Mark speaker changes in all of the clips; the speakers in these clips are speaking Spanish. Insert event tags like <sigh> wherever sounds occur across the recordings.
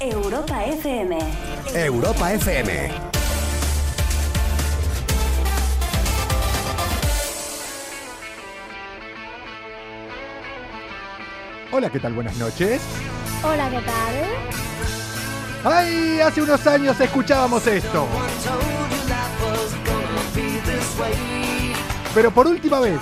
Speaker 1: Europa FM.
Speaker 2: Europa FM. Hola, ¿qué tal? Buenas noches.
Speaker 3: Hola, ¿qué tal?
Speaker 2: ¡Ay! Hace unos años escuchábamos esto. Pero por última vez.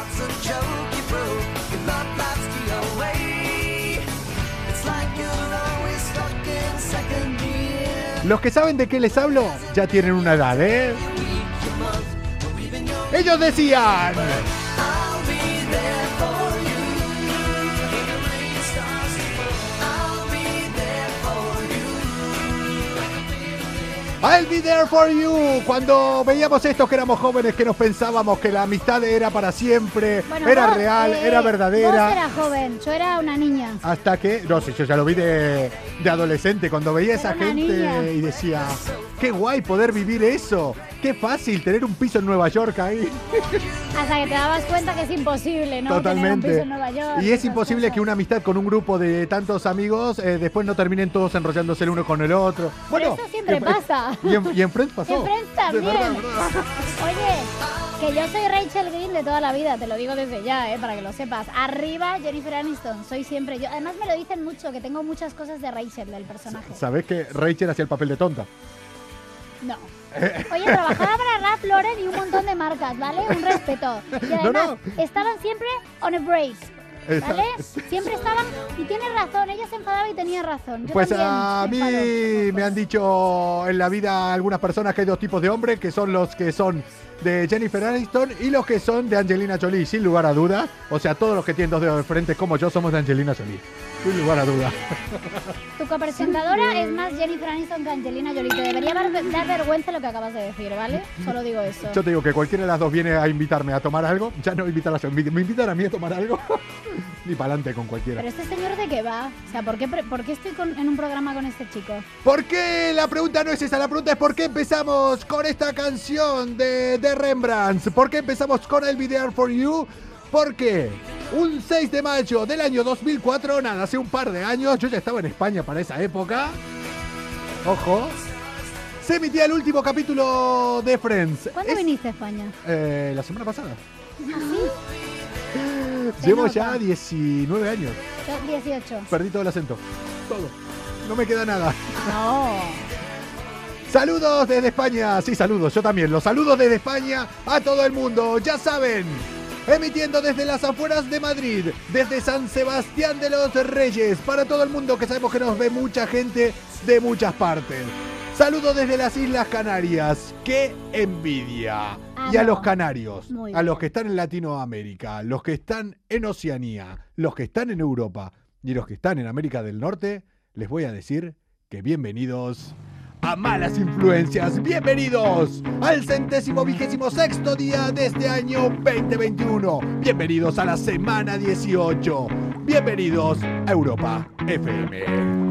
Speaker 2: Los que saben de qué les hablo ya tienen una edad, ¿eh? Ellos decían... I'll be there for you. Cuando veíamos esto que éramos jóvenes, que nos pensábamos que la amistad era para siempre,
Speaker 3: Bueno,
Speaker 2: era
Speaker 3: vos,
Speaker 2: real,
Speaker 3: eh,
Speaker 2: era verdadera.
Speaker 3: Vos eras joven, yo era una niña.
Speaker 2: Hasta que, no sé, yo ya lo vi de, de adolescente, cuando veía a esa
Speaker 3: Era una
Speaker 2: gente
Speaker 3: niña.
Speaker 2: y decía, qué guay poder vivir eso, qué fácil tener un piso en Nueva York ahí.
Speaker 3: Hasta que te dabas cuenta que es imposible, ¿no?
Speaker 2: <laughs>
Speaker 3: Tener un piso
Speaker 2: Totalmente.
Speaker 3: en Nueva York
Speaker 2: y es
Speaker 3: esas
Speaker 2: imposible
Speaker 3: cosas.
Speaker 2: que una amistad con un grupo de tantos amigos eh, después no terminen todos enrollándose el uno con el otro. Bueno,
Speaker 3: eso siempre
Speaker 2: en-
Speaker 3: pasa.
Speaker 2: Y en, y en Friends pasó.
Speaker 3: En Friends
Speaker 2: De
Speaker 3: también.
Speaker 2: verdad, de verdad.
Speaker 3: <laughs> Oye, que yo soy Rachel Green de toda la vida, te lo digo desde ya, eh, para que lo sepas. Arriba Jennifer Aniston, soy siempre yo. Además me lo dicen mucho, que tengo muchas cosas de Rachel, del personaje.
Speaker 2: ¿Sabés que Rachel hacía el papel de tonta? <laughs>
Speaker 3: No. Oye, trabajaba para Ralph Lauren y un montón de marcas, ¿vale? Un respeto.
Speaker 2: <laughs>
Speaker 3: Y
Speaker 2: No, no.
Speaker 3: además, estaban siempre on a break.
Speaker 2: Esa-
Speaker 3: ¿Vale? Siempre estaban. Y tienes razón, ella se enfadaba y tenía razón. Yo
Speaker 2: Pues
Speaker 3: también
Speaker 2: a
Speaker 3: me
Speaker 2: mí
Speaker 3: enfado.
Speaker 2: me han dicho en la vida algunas personas que hay dos tipos de hombres, que son los que son de Jennifer Aniston y los que son de Angelina Jolie, sin lugar a dudas. O sea, todos los que tienen dos dedos de frente como yo somos de Angelina Jolie, sin lugar a dudas.
Speaker 3: Tu copresentadora es más Jennifer Aniston que Angelina Jolie. Te debería dar, dar vergüenza lo que acabas de decir, ¿vale? Solo digo eso.
Speaker 2: Yo te digo que cualquiera de las dos viene a invitarme a tomar algo, ya no invitar a las- me invitan a mí a tomar algo, <laughs> ni para adelante con cualquiera.
Speaker 3: Pero este señor de qué va? O sea, ¿por qué, pre- por qué estoy con- en un programa con este chico?
Speaker 2: ¿Por qué? La pregunta no es esa, la pregunta es ¿por qué empezamos con esta canción de, de Rembrandt? ¿Por qué empezamos con el Video for You? Porque un 6 de mayo del año 2004, nada, hace un par de años, yo ya estaba en España para esa época. Ojo. Se emitía el último capítulo de Friends.
Speaker 3: ¿Cuándo
Speaker 2: Es-
Speaker 3: viniste a España?
Speaker 2: eh, la semana pasada.
Speaker 3: Se
Speaker 2: Llevo
Speaker 3: nota.
Speaker 2: ya 19 años.
Speaker 3: Yo, 18.
Speaker 2: Perdí todo el acento. Todo. No me queda nada.
Speaker 3: No.
Speaker 2: Saludos desde España, sí saludos, yo también, los saludos desde España a todo el mundo, ya saben, emitiendo desde las afueras de Madrid, desde San Sebastián de los Reyes, para todo el mundo que sabemos que nos ve mucha gente de muchas partes. Saludos desde las Islas Canarias, qué envidia. y a
Speaker 3: Amo.
Speaker 2: los canarios,
Speaker 3: Ah, Muy
Speaker 2: a
Speaker 3: bien.
Speaker 2: los que están en Latinoamérica, los que están en Oceanía, los que están en Europa y los que están en América del Norte, les voy a decir que bienvenidos a Malas Influencias. Bienvenidos al centésimo vigésimo sexto día de este año 2021. Bienvenidos a la semana 18. Bienvenidos a Europa FM.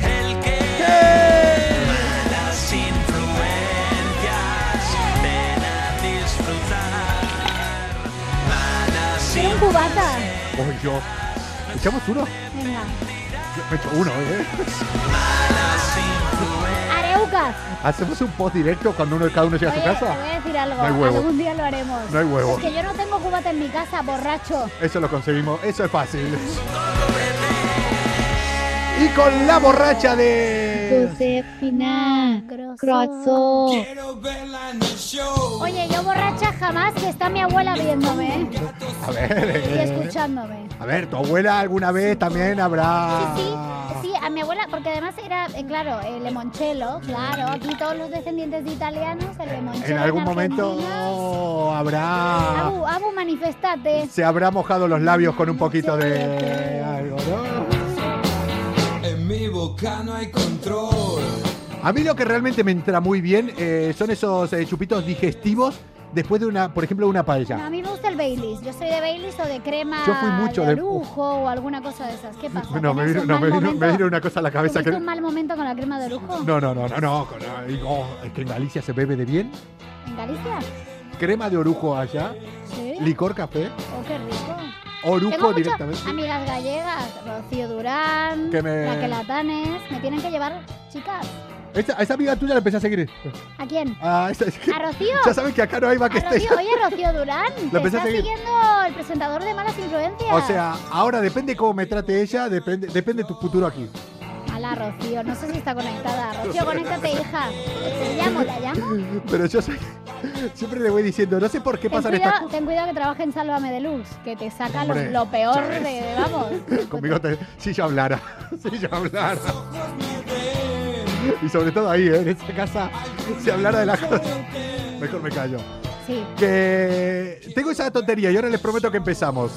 Speaker 4: el que. Malas influencias, ven a disfrutar. Malas
Speaker 3: Quiero un cubata.
Speaker 2: Oye, yo. ¿Echamos uno?
Speaker 3: Venga.
Speaker 2: Yo me echo uno, ¿eh?
Speaker 3: Areucas.
Speaker 2: <laughs> ¿Hacemos un post directo cuando uno, cada uno llega a su
Speaker 3: Oye, te voy
Speaker 2: casa?
Speaker 3: a decir algo.
Speaker 2: No hay huevo.
Speaker 3: Algún día lo haremos.
Speaker 2: No hay huevo.
Speaker 3: Es que yo no tengo cubata en mi casa, borracho.
Speaker 2: Eso lo conseguimos, eso es fácil. Y con la borracha de...
Speaker 5: Josefina Croazó.
Speaker 3: Oye, yo borracha jamás que está mi abuela viéndome ¿eh?
Speaker 2: A ver,
Speaker 3: y
Speaker 2: eh.
Speaker 3: escuchándome.
Speaker 2: a ver, tu abuela alguna vez también
Speaker 3: Sí,
Speaker 2: habrá...
Speaker 3: sí, sí, a mi abuela, porque además era, eh, claro, el limoncello, claro, aquí todos los descendientes de italianos, el limoncello.
Speaker 2: En algún
Speaker 3: Argentina.
Speaker 2: momento habrá...
Speaker 3: Abu, Abu, manifestate.
Speaker 2: Se habrá mojado los labios con un poquito de algo, ¿no?
Speaker 6: En mi boca no hay control.
Speaker 2: A mí lo que realmente me entra muy bien eh, son esos eh, chupitos digestivos después de una, por ejemplo, una
Speaker 3: No, a
Speaker 2: paella.
Speaker 3: mí me gusta el Baileys. Yo soy de Baileys o de crema
Speaker 2: Yo fui mucho
Speaker 3: de
Speaker 2: de-
Speaker 3: lujo o alguna cosa de esas. ¿Qué pasa?
Speaker 2: No, me vino,
Speaker 3: ¿Tenés un
Speaker 2: no,
Speaker 3: mal
Speaker 2: me vino- me
Speaker 3: momento?
Speaker 2: vino una cosa a la cabeza
Speaker 3: ¿Tuviste
Speaker 2: que...
Speaker 3: un mal momento con la crema de lujo?
Speaker 2: No, no, no, no, no. con- ay, oh, es que en Galicia se bebe de bien.
Speaker 3: ¿En Galicia?
Speaker 2: Crema de orujo allá,
Speaker 3: Sí.
Speaker 2: licor café,
Speaker 3: Oh, qué rico. Tengo
Speaker 2: orujo
Speaker 3: muchas
Speaker 2: directamente.
Speaker 3: amigas gallegas. Rocío Durán,
Speaker 2: Que me-
Speaker 3: Raquel Atanes. Me tienen que llevar, chicas.
Speaker 2: Esa, a esa amiga tuya la empecé a seguir. <laughs>
Speaker 3: ¿A quién?
Speaker 2: Ah, esa-
Speaker 3: ¿A Rocío?
Speaker 2: ya sabes que acá no hay
Speaker 3: A
Speaker 2: backstage.
Speaker 3: Rocío, oye, Rocío Durán, te
Speaker 2: empecé a
Speaker 3: está
Speaker 2: seguir.
Speaker 3: siguiendo el presentador de Malas
Speaker 2: <laughs>
Speaker 3: Influencias.
Speaker 2: O sea, ahora depende cómo me trate ella, depende, depende tu futuro aquí.
Speaker 3: Mala Rocío, no sé si está conectada. Rocío, conéctate, hija. ¿Te llamo? ¿La llamo?
Speaker 2: Pero yo soy- <laughs> siempre le voy diciendo, no sé por qué
Speaker 3: Ten
Speaker 2: pasan estas
Speaker 3: cuidado, ten cuidado que trabaja en Sálvame de Luz, que te saca lo,
Speaker 2: Hombre,
Speaker 3: lo peor
Speaker 2: ya
Speaker 3: de,
Speaker 2: ves.
Speaker 3: de- vamos.
Speaker 2: cosas. <laughs> Conmigo, te- si yo hablara, <laughs> si yo hablara. Y sobre todo ahí, ¿eh? en esa casa, si hablara de las cosas. Mejor me callo.
Speaker 3: Sí.
Speaker 2: que tengo esa tontería y ahora les prometo que empezamos.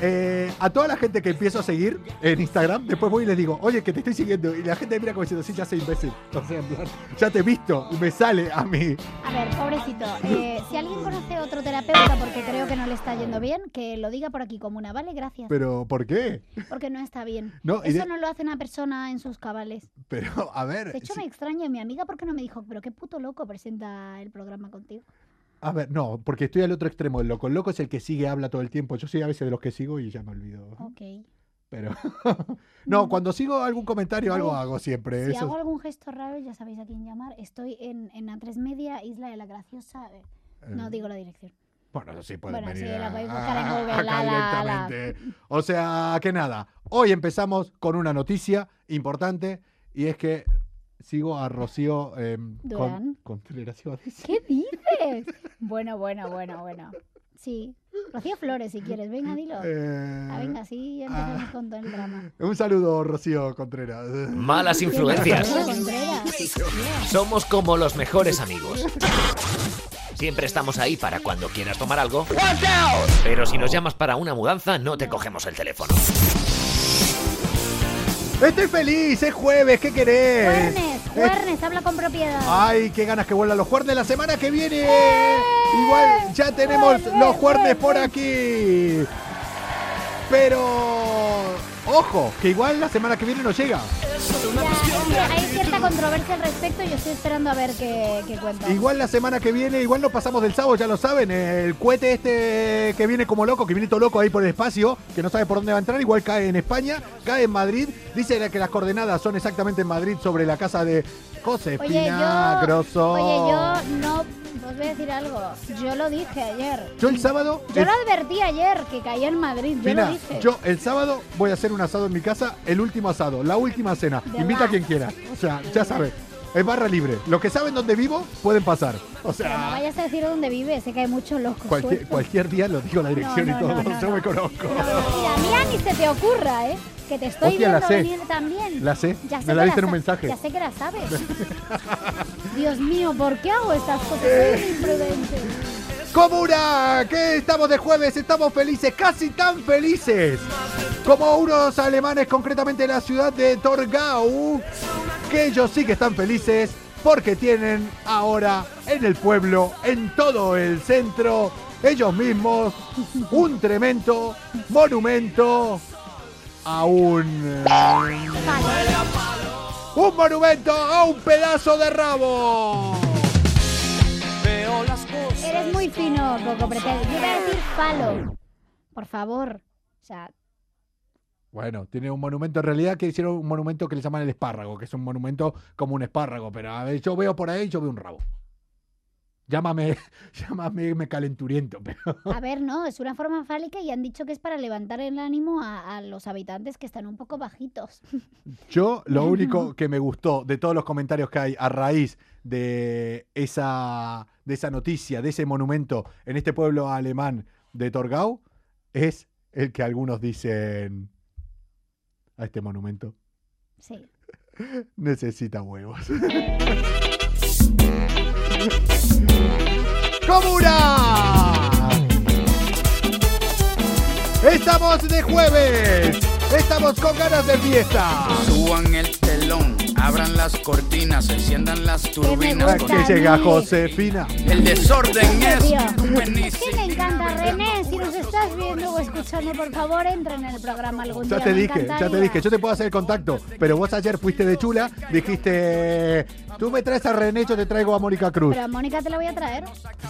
Speaker 2: Eh, a toda la gente que empiezo a seguir en Instagram, después voy y les digo, oye, que te estoy siguiendo. Y la gente me mira como diciendo, sí, ya soy imbécil. O sea, en plan, ya te he visto, y me sale a mí.
Speaker 3: A ver, pobrecito, eh, si alguien conoce otro terapeuta porque creo que no le está yendo bien, que lo diga por aquí comuna, ¿vale? Gracias.
Speaker 2: Pero, ¿por qué?
Speaker 3: Porque no está bien.
Speaker 2: <laughs> No, y
Speaker 3: Eso
Speaker 2: de-
Speaker 3: no lo hace una persona en sus cabales.
Speaker 2: Pero, a ver.
Speaker 3: De hecho,
Speaker 2: si-
Speaker 3: me extraña mi amiga porque no me dijo, pero qué puto loco presenta el programa contigo.
Speaker 2: a ver, no, porque estoy al otro extremo del loco. El loco es el que sigue, habla todo el tiempo. Yo soy a veces de los que sigo y ya me olvido.
Speaker 3: Ok.
Speaker 2: Pero. <laughs> no, cuando sigo algún comentario, algo hago siempre.
Speaker 3: Si
Speaker 2: Eh, Eso-
Speaker 3: hago algún gesto raro, ya sabéis a quién llamar. Estoy en, en A3 Media, Isla de la Graciosa. eh, No
Speaker 2: Eh.
Speaker 3: digo la dirección.
Speaker 2: Bueno, eso sí pueden
Speaker 3: Bueno,
Speaker 2: venir
Speaker 3: sí, la
Speaker 2: a-
Speaker 3: podéis buscar
Speaker 2: <laughs>
Speaker 3: en
Speaker 2: a-
Speaker 3: Google,
Speaker 2: acá
Speaker 3: la- la- la-
Speaker 2: directamente. O sea, que nada. Hoy empezamos con una noticia importante y es que sigo a Rocío eh,
Speaker 3: Durán.
Speaker 2: con, Contreras, iba a decir.
Speaker 3: ¿Qué dices? bueno, bueno, bueno, bueno. Sí. Rocío Flores, si quieres. Venga, dilo.
Speaker 2: Eh,
Speaker 3: Ah, venga, sí, empezamos con todo el drama.
Speaker 2: un saludo, Rocío Contreras.
Speaker 1: Malas influencias.
Speaker 3: Rocío Contreras.
Speaker 1: Somos como los mejores amigos. Siempre estamos ahí para cuando quieras tomar algo. Pero si nos llamas para una mudanza, no te cogemos el teléfono.
Speaker 2: Estoy feliz, es jueves, ¿qué querés?
Speaker 3: Juernes,
Speaker 2: Eh,
Speaker 3: Juernes, habla con propiedad.
Speaker 2: Ay, qué ganas que vuelan los jueves la semana que viene. Igual ya tenemos
Speaker 3: Vuelve,
Speaker 2: los jueves
Speaker 3: vuelve.
Speaker 2: por aquí. Pero ojo, que igual la semana que viene no llega.
Speaker 3: Ya, es que hay cierta controversia al respecto y yo estoy esperando a ver qué, qué cuenta.
Speaker 2: Igual la semana que viene, igual no pasamos del sábado, ya lo saben. El cohete este que viene como loco, que viene todo loco ahí por el espacio, que no sabe por dónde va a entrar, igual cae en España, cae en Madrid. Dice que las coordenadas son exactamente en Madrid sobre la casa de Josefina
Speaker 3: Oye, yo,
Speaker 2: Grosso.
Speaker 3: oye, yo no os voy a decir algo. Yo lo dije ayer.
Speaker 2: Yo el sábado.
Speaker 3: Yo
Speaker 2: el-
Speaker 3: lo advertí ayer que caía en Madrid. Yo
Speaker 2: Fina,
Speaker 3: lo dije.
Speaker 2: yo el sábado voy a hacer un asado en mi casa, el último asado, la última cena.
Speaker 3: The
Speaker 2: Invita a
Speaker 3: last.
Speaker 2: quien quiera. O sea, ya sabes, es barra libre. Los que saben dónde vivo pueden pasar. O
Speaker 3: Pero no
Speaker 2: sea,
Speaker 3: vayas a decir dónde vive, sé que hay muchos locos.
Speaker 2: cualquier,
Speaker 3: sueltos.
Speaker 2: cualquier día lo digo la dirección
Speaker 3: No, no,
Speaker 2: y todo,
Speaker 3: no, no,
Speaker 2: yo
Speaker 3: no.
Speaker 2: me conozco.
Speaker 3: No, no, y la mía ni se te ocurra, ¿eh? Que te estoy
Speaker 2: Hostia, la
Speaker 3: viendo
Speaker 2: sé.
Speaker 3: venir también.
Speaker 2: La sé,
Speaker 3: Ya
Speaker 2: me
Speaker 3: sé
Speaker 2: la
Speaker 3: que
Speaker 2: diste en un
Speaker 3: sa-
Speaker 2: mensaje.
Speaker 3: Ya sé que la sabes.
Speaker 2: <laughs>
Speaker 3: Dios mío, ¿por qué hago estas cosas? Soy un imprudente.
Speaker 2: Comuna, que estamos de jueves, estamos felices, casi tan felices como unos alemanes, concretamente de la ciudad de Torgau, que ellos sí que están felices porque tienen ahora en el pueblo, en todo el centro, ellos mismos, un tremendo monumento a un... Un monumento a un pedazo de rabo.
Speaker 3: Eres muy fino, Coco Pretel. Yo voy a decir palo. Por favor. O sea,
Speaker 2: Bueno, tiene un monumento en realidad que hicieron un monumento que le llaman el espárrago, que es un monumento como un espárrago, pero a ver, yo veo por ahí, yo veo un rabo. Llámame, <laughs> llámame, me calenturiento, pero <laughs>
Speaker 3: A ver, no, es una forma fálica y han dicho que es para levantar el ánimo a, a los habitantes que están un poco bajitos.
Speaker 2: yo lo único que me gustó de todos los comentarios que hay a raíz de esa, de esa noticia, de ese monumento en este pueblo alemán de Torgau, es el que algunos dicen a este monumento
Speaker 3: Sí.
Speaker 2: necesita huevos. ¡Comuna! Estamos de jueves. Estamos con ganas de fiesta.
Speaker 6: Suban el telón, Abran las cortinas, enciendan las turbinas.
Speaker 3: me
Speaker 6: Con
Speaker 3: gusta.
Speaker 2: Ah, Que llega Josefina.
Speaker 6: el desorden
Speaker 3: Este
Speaker 6: es
Speaker 3: tío. Sí, me
Speaker 6: buenísimo.
Speaker 3: encanta, René. Si nos estás viendo o escuchando, por favor, entra en el programa algún
Speaker 2: Ya
Speaker 3: día.
Speaker 2: te
Speaker 3: me
Speaker 2: dije, ya te
Speaker 3: encantaría.
Speaker 2: dije, yo te puedo hacer el contacto, pero vos ayer fuiste de chula, dijiste, tú me traes a René, yo te traigo a Mónica Cruz.
Speaker 3: Pero a Mónica te la voy a traer.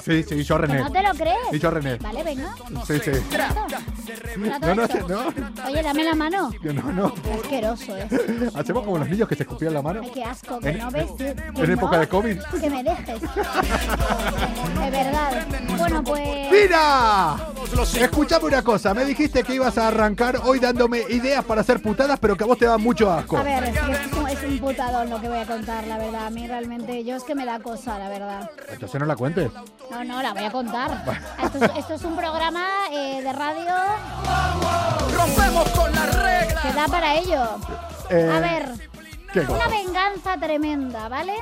Speaker 2: Sí, sí, yo a
Speaker 3: ¿Que
Speaker 2: René.
Speaker 3: no te lo crees?
Speaker 2: Y yo a René.
Speaker 3: Vale, venga.
Speaker 2: Sí, sí.
Speaker 3: Trato. Trato
Speaker 2: No, no,
Speaker 3: hecho.
Speaker 2: no.
Speaker 3: Oye, dame la mano.
Speaker 2: Yo
Speaker 3: Qué
Speaker 2: no, no.
Speaker 3: asqueroso es.
Speaker 2: Hacemos como los niños que se escupían la mano.
Speaker 3: Ay, qué asco, que
Speaker 2: En-
Speaker 3: no ves.
Speaker 2: ¿Eh? en
Speaker 3: que no,
Speaker 2: época de COVID.
Speaker 3: Que me dejes. De verdad. Bueno, pues.
Speaker 2: ¡Mira! Escuchame una cosa, me dijiste que ibas a arrancar hoy dándome ideas para hacer putadas, pero que a vos te da mucho asco.
Speaker 3: A ver, es, que es un- es un putadón lo que voy a contar, la verdad. A mí realmente, yo es que me da cosa, la verdad.
Speaker 2: Entonces no la cuentes.
Speaker 3: No, no, la voy a contar. Esto es, esto es un programa eh, de radio
Speaker 6: Rompemos con las reglas.
Speaker 3: que da para ello.
Speaker 2: Eh,
Speaker 3: A ver,
Speaker 2: ¿Qué
Speaker 3: una
Speaker 2: cosa?
Speaker 3: venganza tremenda, ¿vale?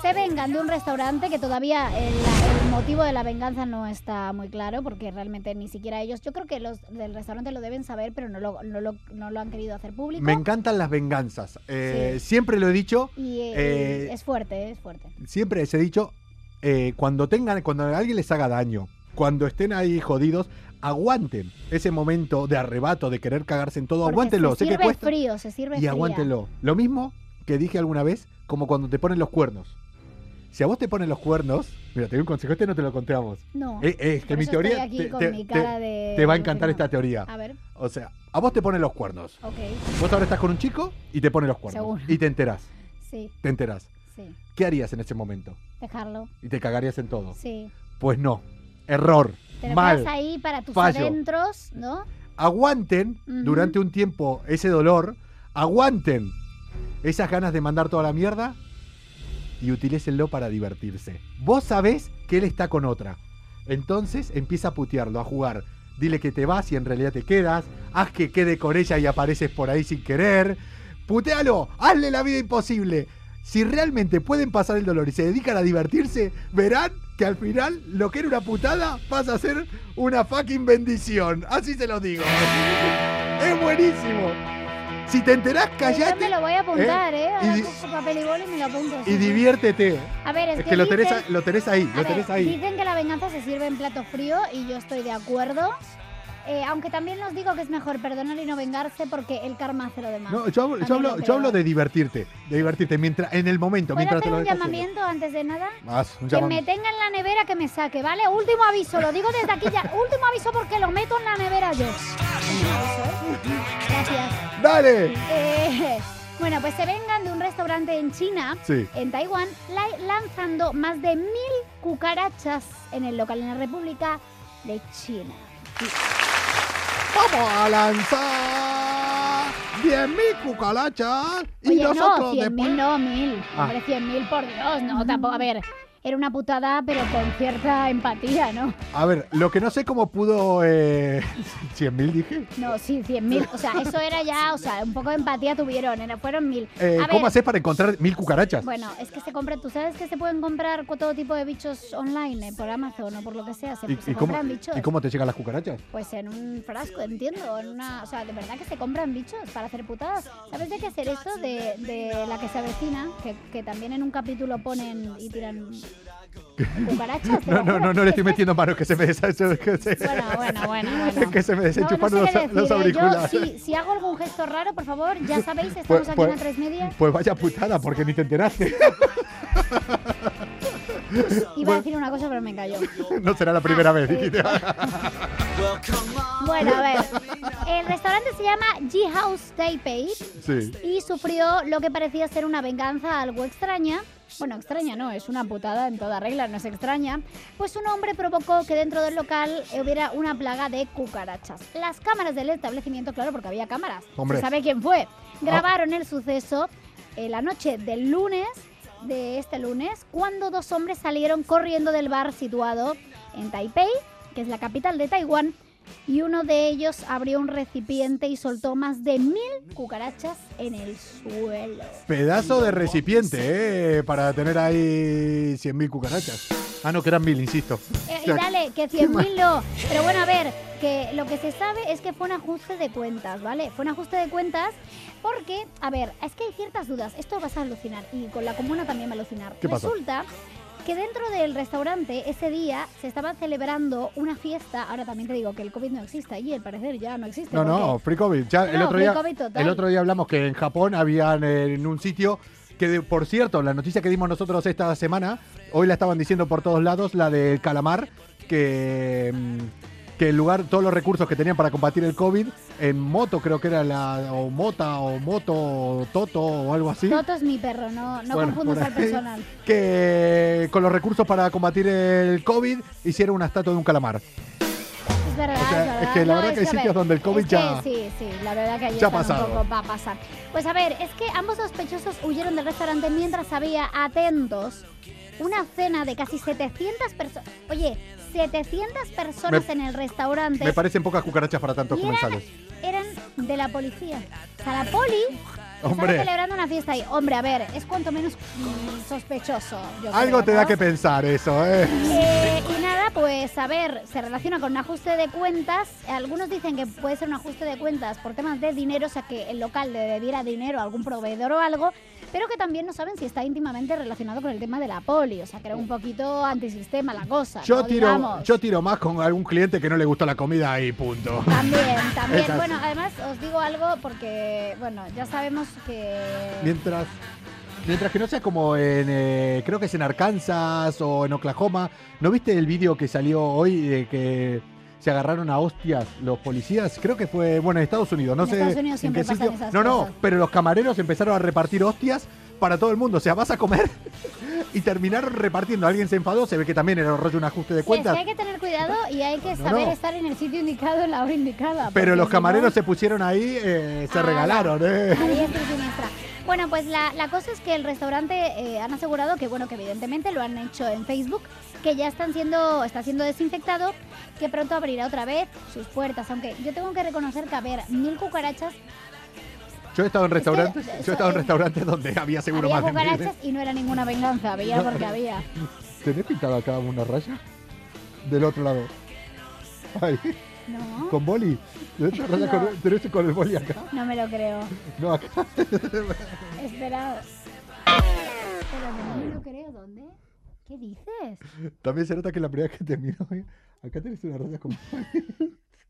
Speaker 3: Se vengan de un restaurante que todavía el, el motivo de la venganza no está muy claro porque realmente ni siquiera ellos, yo creo que los del restaurante lo deben saber, pero no lo, no lo, no lo han querido hacer público.
Speaker 2: Me encantan las venganzas. Eh, Siempre lo he dicho,
Speaker 3: y eh,
Speaker 2: eh,
Speaker 3: y es fuerte, es fuerte.
Speaker 2: siempre les he dicho, eh, cuando tengan, cuando alguien les haga daño, cuando estén ahí jodidos, aguanten ese momento de arrebato, de querer cagarse en todo,
Speaker 3: Porque
Speaker 2: aguántenlo,
Speaker 3: Se
Speaker 2: sé que
Speaker 3: sirve
Speaker 2: cuesta.
Speaker 3: frío, se sirve
Speaker 2: Y
Speaker 3: fría.
Speaker 2: aguántenlo. Lo mismo que dije alguna vez, como cuando te ponen los cuernos. Si a vos te ponen los cuernos, mira, te doy un consejo, este no te lo conté a vos.
Speaker 3: No.
Speaker 2: Eh, eh, es que
Speaker 3: por
Speaker 2: mi
Speaker 3: eso
Speaker 2: teoría
Speaker 3: estoy aquí
Speaker 2: te,
Speaker 3: con
Speaker 2: te-
Speaker 3: mi
Speaker 2: te-
Speaker 3: cara de-
Speaker 2: te va a encantar
Speaker 3: de-
Speaker 2: esta teoría.
Speaker 3: A ver,
Speaker 2: O sea, a vos te ponen los cuernos.
Speaker 3: ok,
Speaker 2: Vos ahora estás con un chico y te pone los cuernos.
Speaker 3: Seguro.
Speaker 2: Y te enterás,
Speaker 3: sí,
Speaker 2: te enterás.
Speaker 3: sí.
Speaker 2: ¿Qué harías en ese momento?
Speaker 3: Dejarlo,
Speaker 2: Y te cagarías en todo.
Speaker 3: sí.
Speaker 2: Pues no. Error.
Speaker 3: Te lo
Speaker 2: Mal.
Speaker 3: quedas ahí para tus
Speaker 2: Fallo.
Speaker 3: adentros, ¿no?
Speaker 2: Aguanten
Speaker 3: Ujú.
Speaker 2: durante un tiempo ese dolor. Aguanten esas ganas de mandar toda la mierda. Y utilícenlo para divertirse. Vos sabés que él está con otra. Entonces empieza a putearlo, a jugar. Dile que te vas y en realidad te quedas. Haz que quede con ella y apareces por ahí sin querer. Putealo. Hazle la vida imposible. Si realmente pueden pasar el dolor y se dedican a divertirse, verán que al final lo que era una putada pasa a ser una fucking bendición. Así se lo digo. Es buenísimo. Si te enterás,
Speaker 3: Yo me
Speaker 2: callate
Speaker 3: lo voy a apuntar, ¿eh? Ahora
Speaker 2: Y di-
Speaker 3: cojo papel y boli y me lo apunto. sí.
Speaker 2: y diviértete.
Speaker 3: A ver, es,
Speaker 2: Es que lo tenés,
Speaker 3: dicen-
Speaker 2: a- lo tenés ahí,
Speaker 3: a
Speaker 2: lo
Speaker 3: ver,
Speaker 2: tenés ahí.
Speaker 3: Dicen que la venganza se sirve en plato frío y yo estoy de acuerdo. Eh, aunque también nos digo que es mejor perdonar y no vengarse porque el karma hace lo demás.
Speaker 2: No, yo, hablo- yo
Speaker 3: También lo
Speaker 2: hablo, yo
Speaker 3: creo.
Speaker 2: hablo de divertirte, de divertirte mientras, en el momento,
Speaker 3: ¿Puedo
Speaker 2: mientras te
Speaker 3: hacer
Speaker 2: lo
Speaker 3: un
Speaker 2: estás haciendo.
Speaker 3: llamamiento antes de nada?
Speaker 2: Más, un
Speaker 3: Que
Speaker 2: llamam-
Speaker 3: me tenga en la nevera que me saque, ¿vale? Último aviso, lo digo desde aquí
Speaker 2: <laughs>
Speaker 3: ya. Último aviso porque lo meto en la nevera yo. Último aviso, ¿eh? Gracias.
Speaker 2: ¡Dale!
Speaker 3: Eh, bueno, pues se vengan de un restaurante en China,
Speaker 2: Sí.
Speaker 3: en Taiwán, la- lanzando más de mil cucarachas en el local en la República de China.
Speaker 2: Vamos a lanzar 10.000 cucarachas y
Speaker 3: Oye, no,
Speaker 2: nosotros
Speaker 3: cien
Speaker 2: después.
Speaker 3: mil, no mil.
Speaker 2: Ah.
Speaker 3: Hombre, cien mil, por Dios, no, tampoco. A ver, era una putada, pero con cierta empatía, ¿no?
Speaker 2: A ver, lo que no sé cómo pudo. Eh... <laughs> ¿100.000 dije?
Speaker 3: No, sí, cien mil. O sea, eso era ya, o sea, un poco de empatía tuvieron, era- fueron mil.
Speaker 2: Eh,
Speaker 3: a
Speaker 2: ¿Cómo
Speaker 3: ver,
Speaker 2: haces para encontrar mil cucarachas?
Speaker 3: Bueno, es que se compra, tú sabes que se pueden comprar con todo tipo de bichos online, eh, por Amazon o por lo que sea, se,
Speaker 2: ¿Y,
Speaker 3: se
Speaker 2: y cómo,
Speaker 3: pues compran bichos.
Speaker 2: y cómo te llegan las cucarachas?
Speaker 3: Pues en un frasco, entiendo, en una, o sea, de verdad que se compran bichos para hacer putadas. ¿Sabes de qué hacer eso? De, de la que se avecina, que, que también en un capítulo ponen
Speaker 2: <laughs>
Speaker 3: y tiran cucarachas. te
Speaker 2: No,
Speaker 3: lo
Speaker 2: no,
Speaker 3: juro.
Speaker 2: no, no le estoy
Speaker 3: Es que-
Speaker 2: metiendo mano que se me desenchufaron que se,
Speaker 3: <laughs> Bueno, bueno, bueno,
Speaker 2: <laughs>
Speaker 3: pues, <laughs> bueno.
Speaker 2: que se me
Speaker 3: No, no
Speaker 2: desenchufaron
Speaker 3: sé
Speaker 2: los-
Speaker 3: qué
Speaker 2: los,
Speaker 3: decir, eh.
Speaker 2: auriculares.
Speaker 3: Yo, si, si hago algún gesto raro, por favor, ya sabéis, estamos
Speaker 2: Pues-
Speaker 3: aquí en
Speaker 2: pues-
Speaker 3: la tres media.
Speaker 2: Pues vaya putada, porque ni te enteraste.
Speaker 3: Iba a decir una cosa, pero me cayó.
Speaker 2: <laughs> no será la primera vez.
Speaker 3: sí.
Speaker 2: dijiste.
Speaker 3: Bueno, a ver. El restaurante se llama G House Taipei
Speaker 2: <laughs> Sí.
Speaker 3: y sufrió lo que parecía ser una venganza algo extraña. Bueno, extraña no, es una putada en toda regla, no es extraña. Pues un hombre provocó que dentro del local hubiera una plaga de cucarachas. Las cámaras del establecimiento, claro, porque había cámaras.
Speaker 2: Hombre.
Speaker 3: Se sabe quién fue. Grabaron el suceso eh, la noche del lunes, de este lunes, cuando dos hombres salieron corriendo del bar situado en Taipei, que es la capital de Taiwán, y uno de ellos abrió un recipiente y soltó más de mil cucarachas en el suelo.
Speaker 2: Pedazo de recipiente, ¿eh? Para tener ahí 100.000 cucarachas. Ah, no, que eran mil, insisto.
Speaker 3: Eh, y dale, que 100.000 no. Pero bueno, a ver, que lo que se sabe es que fue un ajuste de cuentas, ¿vale? Fue un ajuste de cuentas porque, a ver, es que hay ciertas dudas. Esto vas a alucinar y con la comuna también va a alucinar.
Speaker 2: ¿Qué pasó?
Speaker 3: Resulta que dentro del restaurante ese día se estaba celebrando una fiesta. Ahora también te digo que el COVID no existe allí, al parecer ya no existe.
Speaker 2: No,
Speaker 3: porque-
Speaker 2: no, free COVID. Ya el,
Speaker 3: No,
Speaker 2: otro
Speaker 3: free
Speaker 2: día,
Speaker 3: COVID total.
Speaker 2: el otro día hablamos que en Japón habían eh, en un sitio que, de- por cierto, la noticia que dimos nosotros esta semana, hoy la estaban diciendo por todos lados, la del calamar, que, mm, que el lugar, todos los recursos que tenían para combatir el COVID, en moto creo que era la, o mota, o moto, o toto, o algo así.
Speaker 3: Toto es mi perro, no, no
Speaker 2: Bueno,
Speaker 3: confundas
Speaker 2: por
Speaker 3: al
Speaker 2: ahí,
Speaker 3: personal.
Speaker 2: Que con los recursos para combatir el COVID hicieron una estatua de un calamar.
Speaker 3: Es verdad,
Speaker 2: O sea,
Speaker 3: es verdad.
Speaker 2: es que la verdad que hay
Speaker 3: a
Speaker 2: sitios
Speaker 3: ver,
Speaker 2: donde el COVID
Speaker 3: es
Speaker 2: ya-
Speaker 3: que sí, sí, la verdad que allí
Speaker 2: ya ha
Speaker 3: están un
Speaker 2: pasado.
Speaker 3: poco va a pasar. Pues a ver, es que ambos sospechosos huyeron del restaurante mientras había, atentos, una cena de casi 700 personas. Oye, 700 personas
Speaker 2: Me-
Speaker 3: en el restaurante
Speaker 2: Me parecen pocas cucarachas para tantos
Speaker 3: Y eran-
Speaker 2: comensales.
Speaker 3: eran de la policía. O sea, la poli estaba
Speaker 2: Hombre.
Speaker 3: celebrando una fiesta ahí. Hombre, a ver, es cuanto menos mm, sospechoso. yo
Speaker 2: Algo
Speaker 3: creo,
Speaker 2: te da
Speaker 3: ¿no?
Speaker 2: que pensar eso, ¿eh?
Speaker 3: Eh, y nada, pues a ver, se relaciona con un ajuste de cuentas. Algunos dicen que puede ser un ajuste de cuentas por temas de dinero, o sea que el local le debiera dinero a algún proveedor o algo, pero que también no saben si está íntimamente relacionado con el tema de la poli, o sea que era un poquito antisistema la cosa.
Speaker 2: Yo
Speaker 3: ¿no?
Speaker 2: tiro,
Speaker 3: Digamos.
Speaker 2: yo tiro más con algún cliente que no le gustó la comida y
Speaker 3: <laughs>
Speaker 2: punto. <laughs>
Speaker 3: También, también.
Speaker 2: Exacto.
Speaker 3: Bueno, además os digo algo porque, bueno, ya sabemos que...
Speaker 2: Mientras, mientras que no sea como en, eh, creo que es en Arkansas o en Oklahoma, ¿no viste el vídeo que salió hoy de que se agarraron a hostias los policas? Creo que fue, bueno, en Estados Unidos, no
Speaker 3: En
Speaker 2: sé.
Speaker 3: Estados Unidos siempre pasan esas
Speaker 2: no, no,
Speaker 3: cosas.
Speaker 2: pero los camareros empezaron a repartir hostias. Para todo el mundo, o sea, vas a comer <laughs> y terminaron repartiendo. Alguien se enfadó, se ve que también era un rollo un ajuste de
Speaker 3: Sí, es que
Speaker 2: cuentas. Pues
Speaker 3: hay que tener cuidado y hay que
Speaker 2: No,
Speaker 3: saber
Speaker 2: no.
Speaker 3: estar en el sitio indicado en la hora indicada.
Speaker 2: Pero
Speaker 3: porque
Speaker 2: los
Speaker 3: si no-
Speaker 2: camareros se pusieron ahí, eh, se
Speaker 3: Ah,
Speaker 2: regalaron, ¿eh?
Speaker 3: A diestra y siniestra. Bueno, pues la, la cosa es que el restaurante eh, han asegurado que, bueno, que evidentemente lo han hecho en Facebook, que ya están siendo, está siendo desinfectado, que pronto abrirá otra vez sus puertas. Aunque yo tengo que reconocer que, a ver, mil cucarachas,
Speaker 2: Yo he estado en restaurantes,
Speaker 3: eso-
Speaker 2: yo he estado en restaurantes donde había seguro
Speaker 3: pues, eh, había
Speaker 2: más de mil. eh.
Speaker 3: cucarachas y no era ninguna venganza, había
Speaker 2: No.
Speaker 3: porque había.
Speaker 2: ¿Tenés pintada acá una raya? Del otro lado. Ay,
Speaker 3: No,
Speaker 2: con boli. ¿Tenés, una raya
Speaker 3: No.
Speaker 2: con, tenés con el boli acá.
Speaker 3: no me lo creo.
Speaker 2: No, acá.
Speaker 3: Espera. Espera, no me lo creo, ¿dónde? ¿Qué dices?
Speaker 2: También se nota que la primera vez que te miro, eh, acá tenés una raya con boli.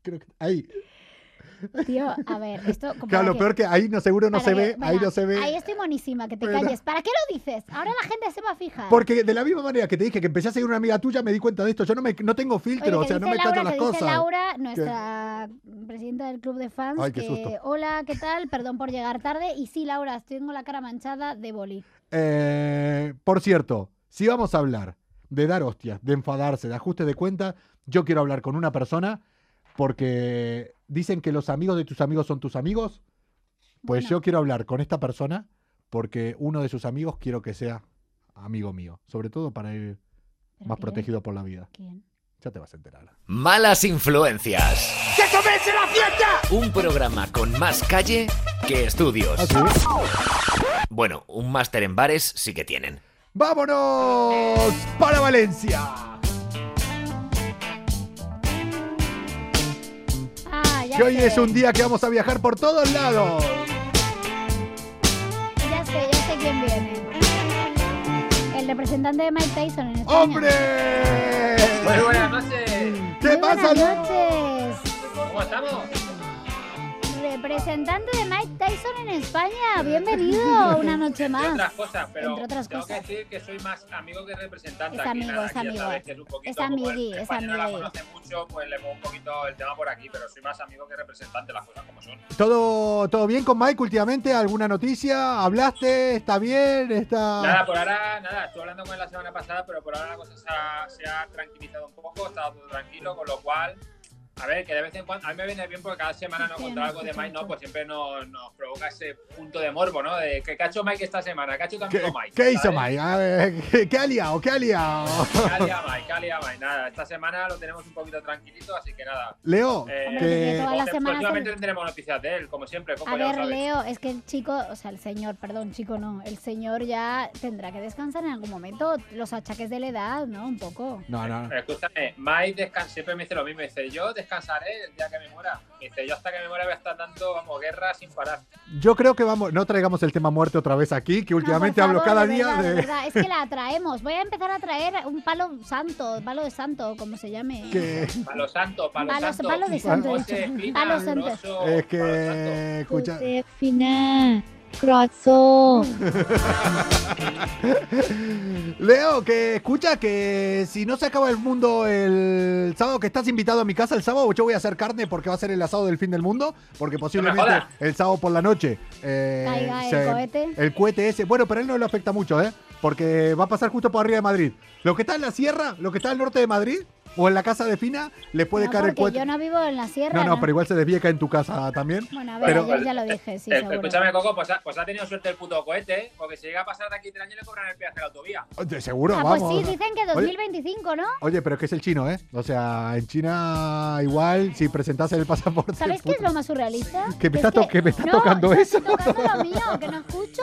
Speaker 2: Creo que, ahí.
Speaker 3: Tío, a ver, esto... como
Speaker 2: Claro, lo
Speaker 3: que-
Speaker 2: peor que ahí no seguro no
Speaker 3: Para
Speaker 2: se
Speaker 3: que-
Speaker 2: ve, ahí
Speaker 3: para-
Speaker 2: no se ve.
Speaker 3: Ahí estoy monísima, que te
Speaker 2: Pero-
Speaker 3: calles. ¿Para qué lo dices? Ahora la gente se va a fijar.
Speaker 2: Porque de la misma manera que te dije que empecé a seguir una amiga tuya, me di cuenta de esto. Yo no, me, no tengo
Speaker 3: Oye,
Speaker 2: filtro,
Speaker 3: que
Speaker 2: o sea, no
Speaker 3: dice
Speaker 2: me
Speaker 3: Laura,
Speaker 2: canto las
Speaker 3: que
Speaker 2: cosas.
Speaker 3: Dice Laura, nuestra presidenta del club de fans,
Speaker 2: Ay, qué
Speaker 3: que
Speaker 2: susto.
Speaker 3: hola, ¿qué tal? Perdón por llegar tarde. Y sí, Laura, tengo la cara manchada de boli.
Speaker 2: Eh, por cierto, si vamos a hablar de dar hostias, de enfadarse, de ajustes de cuenta, yo quiero hablar con una persona porque dicen que los amigos de tus amigos son tus amigos. Pues
Speaker 3: Bueno.
Speaker 2: yo quiero hablar con esta persona porque uno de sus amigos quiero que sea amigo mío, sobre todo para ir
Speaker 3: ¿Pero
Speaker 2: más
Speaker 3: quién?
Speaker 2: protegido por la vida.
Speaker 3: ¿Quién?
Speaker 2: Ya te vas a enterar.
Speaker 1: Malas influencias.
Speaker 6: ¡Que comience la fiesta!
Speaker 1: Un programa con más calle que estudios.
Speaker 2: ¿Ah, sí?
Speaker 1: Bueno, un máster en bares sí que tienen.
Speaker 2: ¡Vámonos para Valencia!
Speaker 3: Ah, ya
Speaker 2: Que hoy
Speaker 3: sé.
Speaker 2: es un día que vamos a viajar por todos lados.
Speaker 3: Ya sé, ya sé quién viene. El representante de Mike Tyson en España.
Speaker 2: ¡Hombre!
Speaker 7: Muy buenas noches.
Speaker 2: ¿Qué
Speaker 3: Muy
Speaker 2: pasa,
Speaker 3: Buenas
Speaker 2: Lu?
Speaker 3: noches.
Speaker 7: ¿Cómo estamos?
Speaker 3: Representante de Mike Tyson en
Speaker 7: <laughs>
Speaker 3: España. Bienvenido una noche
Speaker 7: Entre
Speaker 3: más.
Speaker 7: otras cosas, pero
Speaker 3: Entre otras
Speaker 7: tengo
Speaker 3: cosas.
Speaker 7: que decir que soy más amigo que representante.
Speaker 3: Es
Speaker 7: aquí,
Speaker 3: amigo,
Speaker 7: nada,
Speaker 3: es
Speaker 7: aquí ya
Speaker 3: amigo.
Speaker 7: sabes que es un poquito,
Speaker 3: Es
Speaker 7: como este,
Speaker 3: amigui,
Speaker 7: en
Speaker 3: es
Speaker 7: España no la
Speaker 3: amigui.
Speaker 7: conoce mucho, pues le pongo un poquito el tema por aquí, pero soy más amigo que representante, las cosas como son.
Speaker 2: ¿Todo, ¿Todo bien con Mike últimamente? ¿Alguna noticia? ¿Hablaste? ¿Está bien?
Speaker 7: Nada,
Speaker 2: ¿Está...?
Speaker 7: por ahora, nada, estuve hablando con él la semana pasada, pero por ahora la cosa se ha, se ha tranquilizado un poco, está todo tranquilo, con lo cual, a ver, que de vez en cuando, a mí me viene bien porque cada semana nos
Speaker 3: Sí,
Speaker 7: contar
Speaker 3: no
Speaker 7: algo de
Speaker 3: escucho
Speaker 7: Mike, ¿no?
Speaker 3: mucho.
Speaker 7: Pues siempre nos, nos provoca ese punto de morbo, ¿no? De que cacho Mike esta semana, cacho
Speaker 2: ¿Qué,
Speaker 7: también Mike.
Speaker 2: qué hizo
Speaker 7: ¿sabes?
Speaker 2: Mike? A ver, ¿qué, qué ha liado? ¿Qué ha liado? <laughs>
Speaker 7: Cali a Mai, Cali a Mai. Nada, esta semana lo tenemos un poquito tranquilito, así que nada.
Speaker 2: Leo,
Speaker 7: Eh,
Speaker 3: Hombre,
Speaker 2: que-
Speaker 3: todas las
Speaker 7: Pues,
Speaker 3: semanas
Speaker 7: próximamente
Speaker 3: son-
Speaker 7: tendremos noticias de él, como siempre, como
Speaker 3: A
Speaker 7: ya lo
Speaker 3: ver,
Speaker 7: sabes.
Speaker 3: Leo, es que el chico, o sea, el señor, perdón, chico no, el señor ya tendrá que descansar en algún momento los achaques de la edad, ¿no? Un poco.
Speaker 2: No, no,
Speaker 7: Pero escúchame, Mike descansa, siempre me dice lo mismo, dice yo descansaré el día que me muera. Me dice, yo hasta que me muera voy a estar dando, vamos, guerra sin parar.
Speaker 2: Yo creo que vamos, no traigamos el tema muerte otra vez aquí, que
Speaker 3: No,
Speaker 2: últimamente
Speaker 3: por
Speaker 2: hablo
Speaker 3: favor,
Speaker 2: cada
Speaker 3: de
Speaker 2: día
Speaker 3: verdad, de
Speaker 2: de
Speaker 3: verdad, es que la atraemos. Voy a empezar a traer un palo santo, palo de santo, como se llame.
Speaker 2: que
Speaker 7: Palo santo, palo
Speaker 3: Palo-
Speaker 7: santo.
Speaker 3: palo de santo, he
Speaker 7: José,
Speaker 3: dicho.
Speaker 7: Pina,
Speaker 3: Palo santo.
Speaker 7: Grosso,
Speaker 2: es
Speaker 7: palo santo.
Speaker 2: que escucha,
Speaker 5: Josefina Crozzo.
Speaker 2: Leo, que escucha que si no se acaba el mundo el sábado, que estás invitado a mi casa el sábado, yo voy a hacer carne porque va a ser el asado del fin del mundo, porque posiblemente
Speaker 7: jodas.
Speaker 2: el sábado por la noche eh,
Speaker 3: Caiga el cohete.
Speaker 2: el cohete ese. Bueno, pero a él no le afecta mucho, ¿eh? Porque va a pasar justo por arriba de Madrid. Lo que está en la sierra, lo que está al norte de Madrid o en la casa de Fina, le puede
Speaker 3: No,
Speaker 2: caer el
Speaker 3: porque
Speaker 2: cohete.
Speaker 3: yo no vivo en la
Speaker 2: no,
Speaker 3: sierra.
Speaker 2: no, pero igual se desvía y cae en tu casa también.
Speaker 3: Bueno, a ver,
Speaker 2: pero-
Speaker 3: ayer ya lo dije, sí,
Speaker 7: Eh,
Speaker 3: seguro.
Speaker 7: escúchame, Coco, pues ha, pues ha tenido suerte el puto cohete, ¿eh? porque si llega a pasar de aquí tres años le cobran el peaje de la autovía.
Speaker 2: De seguro,
Speaker 3: Ah, pues
Speaker 2: vamos.
Speaker 3: sí, dicen que 2025, ¿no?
Speaker 2: Oye, pero es que es el chino, ¿eh? O sea, en China igual, si presentas el pasaporte...
Speaker 3: ¿Sabéis qué es lo más surrealista?
Speaker 2: Que me está
Speaker 3: Es
Speaker 2: to- que me está tocando
Speaker 3: yo
Speaker 2: eso.
Speaker 3: Estoy tocando lo mío, que no escucho.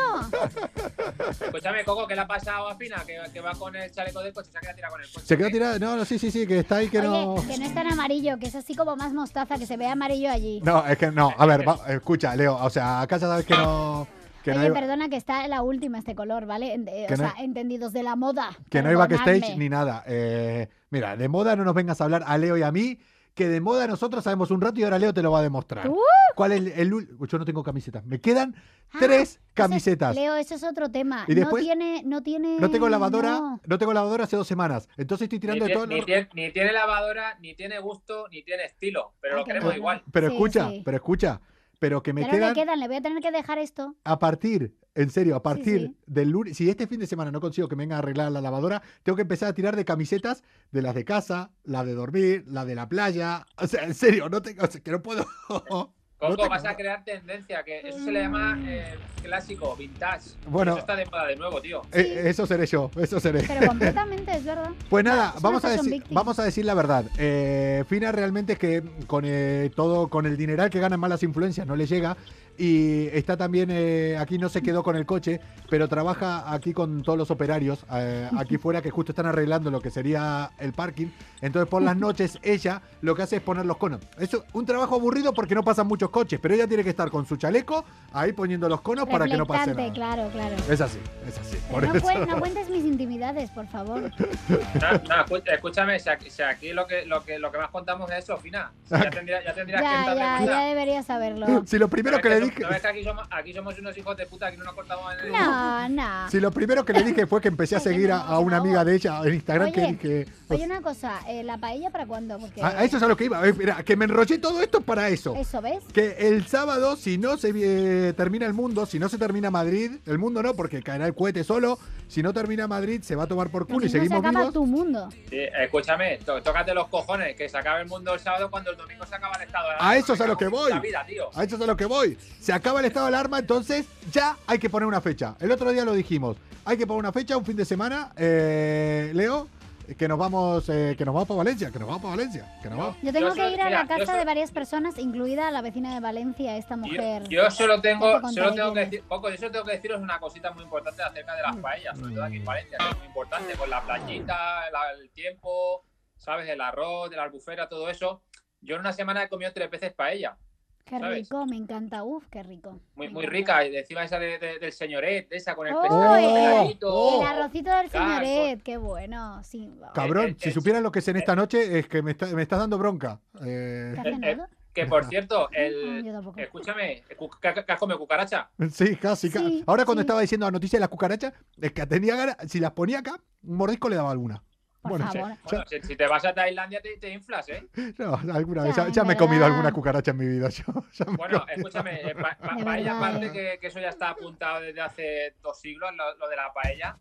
Speaker 7: Escúchame, Coco, ¿qué le ha pasado a Fina? Que, que va con el chaleco del coche, se queda tirada con el coche.
Speaker 2: Se quedó tirada. No, no, sí, sí, sí, que está ahí <laughs> que no.
Speaker 3: Oye, que no es tan amarillo, que es así como más mostaza, que se ve amarillo allí.
Speaker 2: No, es que no. A ver, va- escucha, Leo. O sea, acá ya sabes que no. Que no
Speaker 3: Oye,
Speaker 2: hay,
Speaker 3: perdona que está la última este color, ¿vale? En- eh,
Speaker 2: Que
Speaker 3: o
Speaker 2: no
Speaker 3: sea, entendidos de la moda.
Speaker 2: que no hay backstage
Speaker 3: Perdonadme.
Speaker 2: ni nada. Eh, mira, de moda no nos vengas a hablar a Leo y a mí, que de moda nosotros sabemos un rato y ahora Leo te lo va a demostrar.
Speaker 3: Uh.
Speaker 2: ¿Cuál es el, el ul- Yo no tengo camisetas. Me quedan
Speaker 3: Ah,
Speaker 2: tres
Speaker 3: eso es-
Speaker 2: camisetas.
Speaker 3: Leo, eso es otro tema.
Speaker 2: Y después-
Speaker 3: no tiene, no tiene.
Speaker 2: No tengo lavadora,
Speaker 3: no.
Speaker 2: no. tengo lavadora hace dos semanas. Entonces estoy
Speaker 7: ni,
Speaker 2: tirando de
Speaker 7: tie-
Speaker 2: todo.
Speaker 7: ni, tiene, ni tiene lavadora, ni tiene gusto, ni tiene estilo, pero
Speaker 3: Ay,
Speaker 7: lo
Speaker 3: qué
Speaker 7: queremos
Speaker 3: bueno.
Speaker 7: igual.
Speaker 2: Pero
Speaker 3: Sí,
Speaker 2: escucha,
Speaker 3: sí.
Speaker 2: pero escucha. Pero que me
Speaker 3: Ya no
Speaker 2: quedan
Speaker 3: le quedan, le voy a tener que dejar esto.
Speaker 2: a partir, en serio, a partir
Speaker 3: sí.
Speaker 2: del lunes, si este fin de semana no consigo que me venga a arreglar la lavadora, tengo que empezar a tirar de camisetas de las de casa, la de dormir, la de la playa. O sea, en serio, no tengo, o sea, que no puedo. <laughs> No
Speaker 7: Coco,
Speaker 2: te
Speaker 7: vas
Speaker 2: jodas.
Speaker 7: a crear tendencia, que eso se le llama eh, clásico, vintage.
Speaker 2: Bueno.
Speaker 7: Eso está de moda de nuevo, tío.
Speaker 2: Eh, eso seré yo, eso seré.
Speaker 3: Pero completamente, es verdad.
Speaker 2: Pues nada,
Speaker 3: Es una
Speaker 2: vamos a,
Speaker 3: fashion
Speaker 2: decir,
Speaker 3: victim.
Speaker 2: vamos a decir la verdad. Eh, Fina realmente es que con eh, todo, con el dineral que ganan malas influencias no le llega. Y está también, eh, aquí no se quedó con el coche, pero trabaja aquí con todos los operarios, eh, aquí fuera, que justo están arreglando lo que sería el parking. Entonces por las noches ella lo que hace es poner los conos. Es un trabajo aburrido porque no pasan muchos coches, pero ella tiene que estar con su chaleco ahí poniendo los conos <laughs> para que no pase
Speaker 3: Reflectante,
Speaker 2: nada.
Speaker 3: claro, claro.
Speaker 2: Es así, es así.
Speaker 3: Pero
Speaker 2: Por
Speaker 3: no,
Speaker 2: eso-
Speaker 3: cuen- no cuentes mis intimidades, por favor.
Speaker 7: No,
Speaker 2: <laughs>
Speaker 7: no, escu- escúchame, si aquí, si aquí lo, que, lo, que, lo que más contamos es eso, Fina. Si ya tendrías ya tendrías que
Speaker 3: Ya,
Speaker 7: estar de
Speaker 3: ya,
Speaker 7: cuenta.
Speaker 3: ya
Speaker 2: <laughs>
Speaker 3: deberías saberlo.
Speaker 2: Si lo primero
Speaker 7: ¿No
Speaker 2: que
Speaker 7: ves
Speaker 2: le
Speaker 7: so-
Speaker 2: dije...
Speaker 7: ¿No ves que aquí somos, aquí somos unos hijos de puta, aquí no nos cortamos en el...
Speaker 3: No, no.
Speaker 2: Si lo primero que le dije fue que empecé a
Speaker 3: Ay, que
Speaker 2: seguir
Speaker 3: me
Speaker 2: a,
Speaker 3: vamos
Speaker 2: a una
Speaker 3: a
Speaker 2: amiga de ella en Instagram que
Speaker 3: Oye,
Speaker 2: dije. pues,
Speaker 3: Oye, una cosa, eh, ¿la paella para cuándo? Porque
Speaker 2: A, a eso es a lo que iba. Eh, mira, que me enrollé todo esto para eso.
Speaker 3: eso, ¿ves?
Speaker 2: Que el sábado, si no se eh, termina el mundo, si no se termina Madrid, el mundo no, porque caerá el cohete solo. Si no termina Madrid, se va a tomar por
Speaker 3: Lo
Speaker 2: culo y
Speaker 3: mismo se
Speaker 2: seguimos
Speaker 3: acaba
Speaker 2: vivos.
Speaker 3: tu mundo.
Speaker 7: Sí, escúchame, to- tócate los cojones, que se acaba el mundo el sábado cuando el domingo se acaba el estado de
Speaker 2: A eso es a lo que voy.
Speaker 7: La vida, tío.
Speaker 2: A eso es a lo que voy. Se acaba el estado de alarma, entonces ya hay que poner una fecha. El otro día lo dijimos. Hay que poner una fecha, un fin de semana. eh, Leo, que nos vamos, eh, que nos vamos para Valencia, que nos vamos para Valencia, que nos vamos.
Speaker 3: Yo tengo
Speaker 7: Yo
Speaker 3: que
Speaker 7: solo-
Speaker 3: ir a
Speaker 7: mira,
Speaker 3: la
Speaker 7: yo
Speaker 3: casa
Speaker 7: solo-
Speaker 3: de varias personas, incluida la vecina de Valencia, esta
Speaker 7: Yo,
Speaker 3: mujer.
Speaker 7: yo solo
Speaker 3: Ya
Speaker 7: tengo,
Speaker 3: te contaré
Speaker 7: solo tengo que
Speaker 3: quién es.
Speaker 7: decir, poco, yo solo tengo que deciros una cosita muy importante acerca de las
Speaker 3: Mm.
Speaker 7: paellas, sobre todo aquí en Valencia, que es muy importante, con la playita, la- el tiempo, ¿sabes? El arroz, de la albufera, todo eso. Yo en una semana he comido tres veces paella,
Speaker 3: Qué
Speaker 7: ¿sabes?
Speaker 3: rico, me encanta. Uf, qué rico.
Speaker 7: muy,
Speaker 3: Me
Speaker 7: muy
Speaker 3: encanta.
Speaker 7: rica, y encima esa de- de- del señoret, esa con el
Speaker 3: ¡Oh!
Speaker 7: pescado peladito.
Speaker 2: ¡Oh!
Speaker 3: El arrocito del
Speaker 7: Claro,
Speaker 3: señoret, qué bueno. Sí, va.
Speaker 2: Cabrón,
Speaker 7: Eh, eh,
Speaker 2: si
Speaker 7: eh,
Speaker 2: supieran lo que es en esta noche, es que me, está- me estás dando bronca. Eh, <laughs>
Speaker 3: ¿Te has
Speaker 7: eh,
Speaker 3: cenado?
Speaker 7: Que por cierto,
Speaker 3: Ah,
Speaker 7: el, eh,
Speaker 3: yo tampoco.
Speaker 7: escúchame, cu- ¿qué qué has comido cucaracha?
Speaker 2: sí, casi. ca-
Speaker 3: Sí,
Speaker 2: Ahora cuando
Speaker 3: sí.
Speaker 2: estaba diciendo la noticia de la cucaracha, es que tenía ganas, si las ponía acá, un mordisco le daba alguna. <laughs>
Speaker 3: Por
Speaker 2: bueno,
Speaker 3: favor.
Speaker 7: Bueno, si, si te vas a Tailandia te, te inflas, ¿eh?
Speaker 2: No, alguna
Speaker 3: Ya,
Speaker 2: vez, ya,
Speaker 3: en
Speaker 2: ya me he comido
Speaker 3: verdad.
Speaker 2: alguna cucaracha en mi vida. <laughs> Yo, ya me he
Speaker 7: Bueno,
Speaker 2: comido.
Speaker 7: escúchame, eh, pa- pa-
Speaker 3: De
Speaker 7: paella
Speaker 3: verdad,
Speaker 7: aparte
Speaker 3: eh.
Speaker 7: que, que eso ya está apuntado desde hace dos siglos, lo, lo de la paella,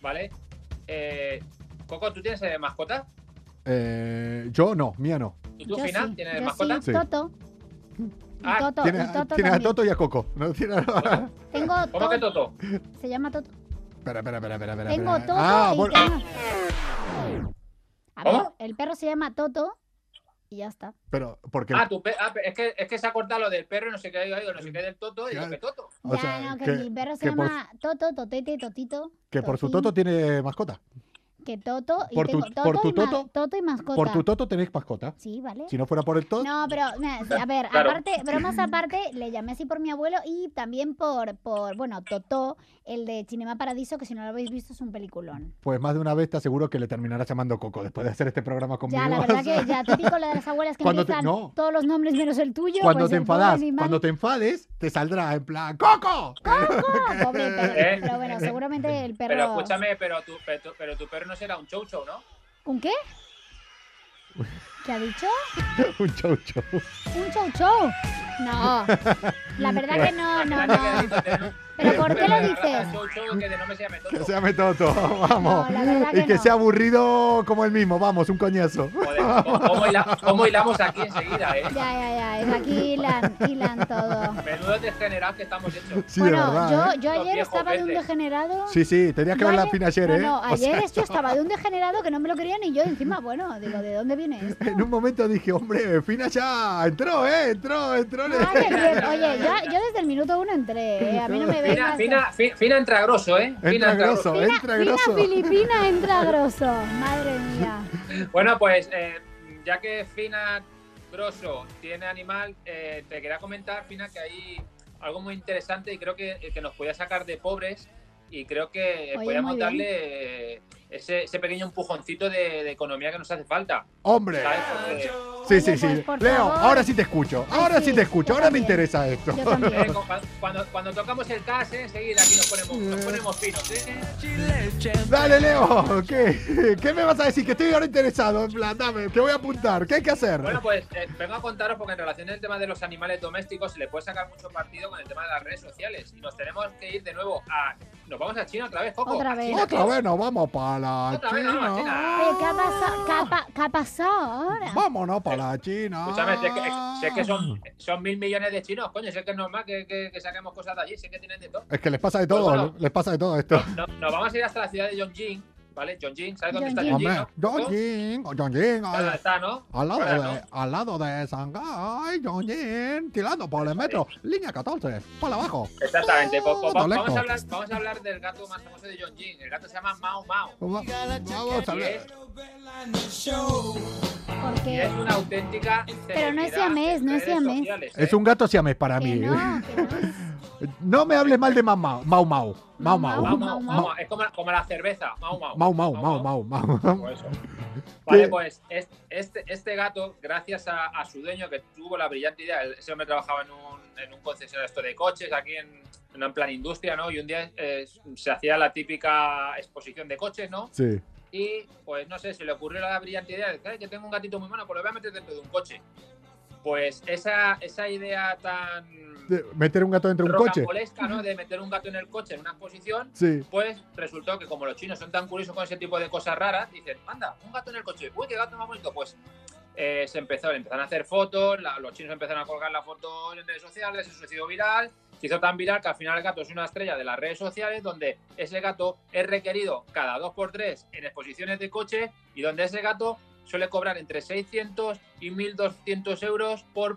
Speaker 7: ¿vale? Eh, Coco, ¿tú tienes eh, mascota?
Speaker 2: Eh, yo no, mía no.
Speaker 7: ¿Y tú,
Speaker 3: Yo
Speaker 7: Fina,
Speaker 3: sí,
Speaker 7: tienes
Speaker 3: yo
Speaker 7: mascota?
Speaker 3: sí,
Speaker 2: Sí.
Speaker 3: Toto.
Speaker 7: Ah,
Speaker 3: Y Toto,
Speaker 2: Tienes, tienes
Speaker 3: y Toto
Speaker 2: a
Speaker 3: también.
Speaker 2: Toto y a Coco. No <laughs> tiene a-
Speaker 3: Tengo
Speaker 7: ¿Cómo que
Speaker 3: Toto,
Speaker 7: Toto?
Speaker 3: Se llama Toto.
Speaker 2: Espera, espera, espera, espera. espera,
Speaker 3: Tengo
Speaker 2: espera.
Speaker 3: Toto
Speaker 2: Ah,
Speaker 3: y
Speaker 2: bueno,
Speaker 3: tengo- A ver,
Speaker 7: ¿Cómo?
Speaker 3: el perro se llama Toto y ya está.
Speaker 2: pero porque
Speaker 7: Ah, tu pe- ah, es, que, es que se ha cortado lo del perro y no sé qué, digo, no sé qué del Toto, y digo,
Speaker 2: Claro.
Speaker 7: ¿qué Toto?
Speaker 2: O
Speaker 3: ya,
Speaker 2: sea,
Speaker 3: no, que,
Speaker 2: que-
Speaker 3: mi perro se
Speaker 2: que por-
Speaker 3: llama Toto, Totete, Totito.
Speaker 2: que por su
Speaker 3: Totín.
Speaker 2: Toto tiene mascota.
Speaker 3: que Toto y
Speaker 2: ¿Por
Speaker 3: tengo
Speaker 2: tu- por tu
Speaker 3: y ma-
Speaker 2: toto?
Speaker 3: Toto y mascota.
Speaker 2: Por tu toto tenés mascota.
Speaker 3: Sí, vale.
Speaker 2: Si no fuera por el toto, <laughs>
Speaker 3: No, pero na- a ver,
Speaker 7: Claro.
Speaker 3: aparte, bromas aparte, le llamé así por mi abuelo y también por, por bueno, Totó, el de Cinema Paradiso, que si no lo habéis visto es un peliculón.
Speaker 2: pues más de una vez te aseguro que le terminarás llamando Coco después de hacer este programa conmigo.
Speaker 3: Ya, la
Speaker 2: <laughs>
Speaker 3: verdad que ya típico la de las abuelas que
Speaker 2: Cuando te-
Speaker 3: empiezan
Speaker 2: no.
Speaker 3: todos los nombres menos el tuyo.
Speaker 2: cuando
Speaker 3: pues
Speaker 2: te
Speaker 3: el pobre
Speaker 2: enfadas,
Speaker 3: animal-
Speaker 2: cuando te enfades, te saldrá en plan ¡Coco!
Speaker 3: No, pobre perro,
Speaker 7: ¿Eh?
Speaker 3: pero bueno, seguramente el perro...
Speaker 7: Pero escúchame, pero tu, pero, tu- pero tu perro no será un choucho, ¿no?
Speaker 3: ¿Un qué? ¿Qué ha dicho?
Speaker 2: <laughs> Un chau chau.
Speaker 3: ¿Un show show? No,
Speaker 2: <laughs>
Speaker 3: la verdad que no, no, no.
Speaker 7: ¿Pero
Speaker 3: ¿Pero por qué lo dices?
Speaker 7: Choucho que de nombre se llame Toto.
Speaker 2: Que se llame Toto, <laughs> vamos.
Speaker 3: No, la verdad
Speaker 2: y
Speaker 3: que
Speaker 2: que
Speaker 3: no.
Speaker 2: sea aburrido como él mismo, vamos, un coñazo. <laughs>
Speaker 7: Joder, ¿cómo- ¿cómo, hila- cómo hilamos aquí enseguida, eh?
Speaker 3: Ya, ya, ya, es aquí hilan, hilan todo.
Speaker 7: Menudo degenerado que estamos hechos.
Speaker 2: Sí,
Speaker 3: bueno,
Speaker 2: de verdad. ¿eh?
Speaker 3: yo, yo
Speaker 7: Los
Speaker 3: ayer
Speaker 7: viejos
Speaker 3: estaba de un
Speaker 7: verdes.
Speaker 3: degenerado.
Speaker 2: Sí, sí, tenías que
Speaker 3: Yo
Speaker 2: ver la
Speaker 3: ayer-
Speaker 2: fina ayer,
Speaker 3: no,
Speaker 2: ¿eh?
Speaker 3: No,
Speaker 2: O sea,
Speaker 3: ayer es- yo estaba de un degenerado que no me lo creía ni yo. y Encima, bueno, digo, ¿de dónde viene
Speaker 2: <laughs>
Speaker 3: esto?
Speaker 2: <laughs> en un momento dije, hombre, fina ya, entró, ¿eh? Entró, entró. le-
Speaker 3: Ah, qué bien. Oye, yo, yo desde el minuto uno entré. eh, A mí no me
Speaker 7: Fina,
Speaker 3: vengas.
Speaker 7: fina, fi- fina entra grosso, ¿eh?
Speaker 2: <laughs>
Speaker 7: Fina
Speaker 2: entra grosso,
Speaker 3: Fina-
Speaker 2: entra
Speaker 3: fina
Speaker 2: grosso.
Speaker 3: filipina entra grosso. Madre mía.
Speaker 7: Bueno, pues eh, ya que Fina Grosso tiene animal, eh, te quería comentar, Fina, que hay algo muy interesante y creo que, que nos podía sacar de pobres y creo que eh,
Speaker 3: Oye,
Speaker 7: podíamos
Speaker 3: muy bien.
Speaker 7: darle eh, ese, ese pequeño empujoncito de, de economía que nos hace falta.
Speaker 2: Hombre.
Speaker 7: ¿sabes? Porque-
Speaker 2: Sí, sí,
Speaker 3: Oye,
Speaker 2: sí.
Speaker 3: pues, por
Speaker 2: Leo,
Speaker 3: favor.
Speaker 2: ahora sí te escucho.
Speaker 3: Ay,
Speaker 2: Ahora
Speaker 3: sí,
Speaker 2: sí te escucho.
Speaker 3: yo
Speaker 2: Ahora me
Speaker 3: también.
Speaker 2: interesa esto.
Speaker 3: Yo
Speaker 7: Eh,
Speaker 3: también.
Speaker 7: cu- cuando, cuando tocamos el cas, eh, enseguida aquí nos ponemos, nos ponemos finos, ¿eh?
Speaker 2: Dale, Leo. ¿Qué? ¿Qué me vas a decir? Que estoy ahora interesado. En plan, dame, que voy a apuntar. ¿Qué hay que hacer?
Speaker 7: Bueno, pues eh, vengo a contaros porque en relación al tema de los animales domésticos se le puede sacar mucho partido con el tema de las redes sociales. Y nos tenemos que ir de nuevo a. Nos vamos a China otra vez, Coco.
Speaker 3: Otra
Speaker 7: A
Speaker 3: vez.
Speaker 7: China,
Speaker 2: Otra
Speaker 7: tío.
Speaker 2: vez nos vamos para la
Speaker 7: Otra vez, no,
Speaker 2: China.
Speaker 7: China.
Speaker 3: Oye, Eh, ¿qué ha pasado? ¿Qué ha pa- ¿Qué ha pasado ahora?
Speaker 2: Vámonos para la China.
Speaker 7: Escúchame, sé que, sé que son, son mil millones de chinos, coño, sé que es normal que, que- que saquemos cosas de allí, sé que tienen de todo.
Speaker 2: Es que les pasa de todo.
Speaker 7: Bueno.
Speaker 2: Les pasa de todo esto.
Speaker 7: No- nos vamos a ir hasta la ciudad de Yongjin, ¿vale? Yongjin, ¿sabes dónde está
Speaker 3: Yongjin.
Speaker 7: Yongjin?
Speaker 2: Hombre,
Speaker 7: no?
Speaker 2: John
Speaker 7: ¿No?
Speaker 2: Jin, John Jin,
Speaker 7: ¿Sabes dónde
Speaker 2: al,
Speaker 7: está, no?
Speaker 2: eh, al lado
Speaker 7: Ahora,
Speaker 2: de, al lado de Shanghái, John Jin, tirando por el metro, línea 14, para abajo.
Speaker 7: ¿no? Exactamente. pues-
Speaker 2: Todo
Speaker 7: pues- vamos,
Speaker 2: lejos.
Speaker 7: a hablar, vamos a hablar del gato más famoso de Yongjin. El gato se llama Mao Mao.
Speaker 2: Va- Vamos a
Speaker 7: Y
Speaker 2: ver.
Speaker 7: es, y es
Speaker 3: Porque
Speaker 7: una auténtica.
Speaker 3: Pero no es
Speaker 7: celebridad
Speaker 3: siamés,
Speaker 7: en
Speaker 3: no es
Speaker 7: redes
Speaker 3: siamés.
Speaker 7: sociales, ¿eh?
Speaker 2: Es un gato siamés para
Speaker 3: que
Speaker 2: mí.
Speaker 3: no, que no.
Speaker 2: <laughs> No me hables mal de Mau Mau. Mau Mau. Mau Mau.
Speaker 7: Mau,
Speaker 3: Mau,
Speaker 7: mau,
Speaker 3: mau.
Speaker 7: mau. Es como, como la cerveza. Mau, mau.
Speaker 2: Mau Mau. Mau Mau. Mau.
Speaker 7: Por eso. Vale,
Speaker 2: ¿Qué?
Speaker 7: pues es- este, este gato, gracias a, a su dueño que tuvo la brillante idea, el- ese hombre trabajaba en un, en un concesionario esto de coches, aquí en, en un plan industria, ¿no? Y un día eh, se hacía la típica exposición de coches, ¿no?
Speaker 2: <laughs> Sí.
Speaker 7: Y pues no sé, se le ocurrió la brillante idea de "Ay, que tengo un gatito muy mono, pues lo voy a meter dentro de un coche. Pues esa, esa idea tan
Speaker 2: De- Meter un gato dentro de un coche.
Speaker 7: rocambolesca, ¿no? De meter un gato en el coche en una exposición,
Speaker 2: Sí.
Speaker 7: pues resultó que como los chinos son tan curiosos con ese tipo de cosas raras, dicen, anda, un gato en el coche, uy, qué gato más bonito, pues eh, se empezó, empezaron a hacer fotos, la- los chinos empezaron a colgar la foto en redes sociales, se suicidó viral, se hizo tan viral que al final el gato es una estrella de las redes sociales, donde ese gato es requerido cada dos por tres en exposiciones de coche y donde ese gato suele cobrar entre 600 y 1.200 euros por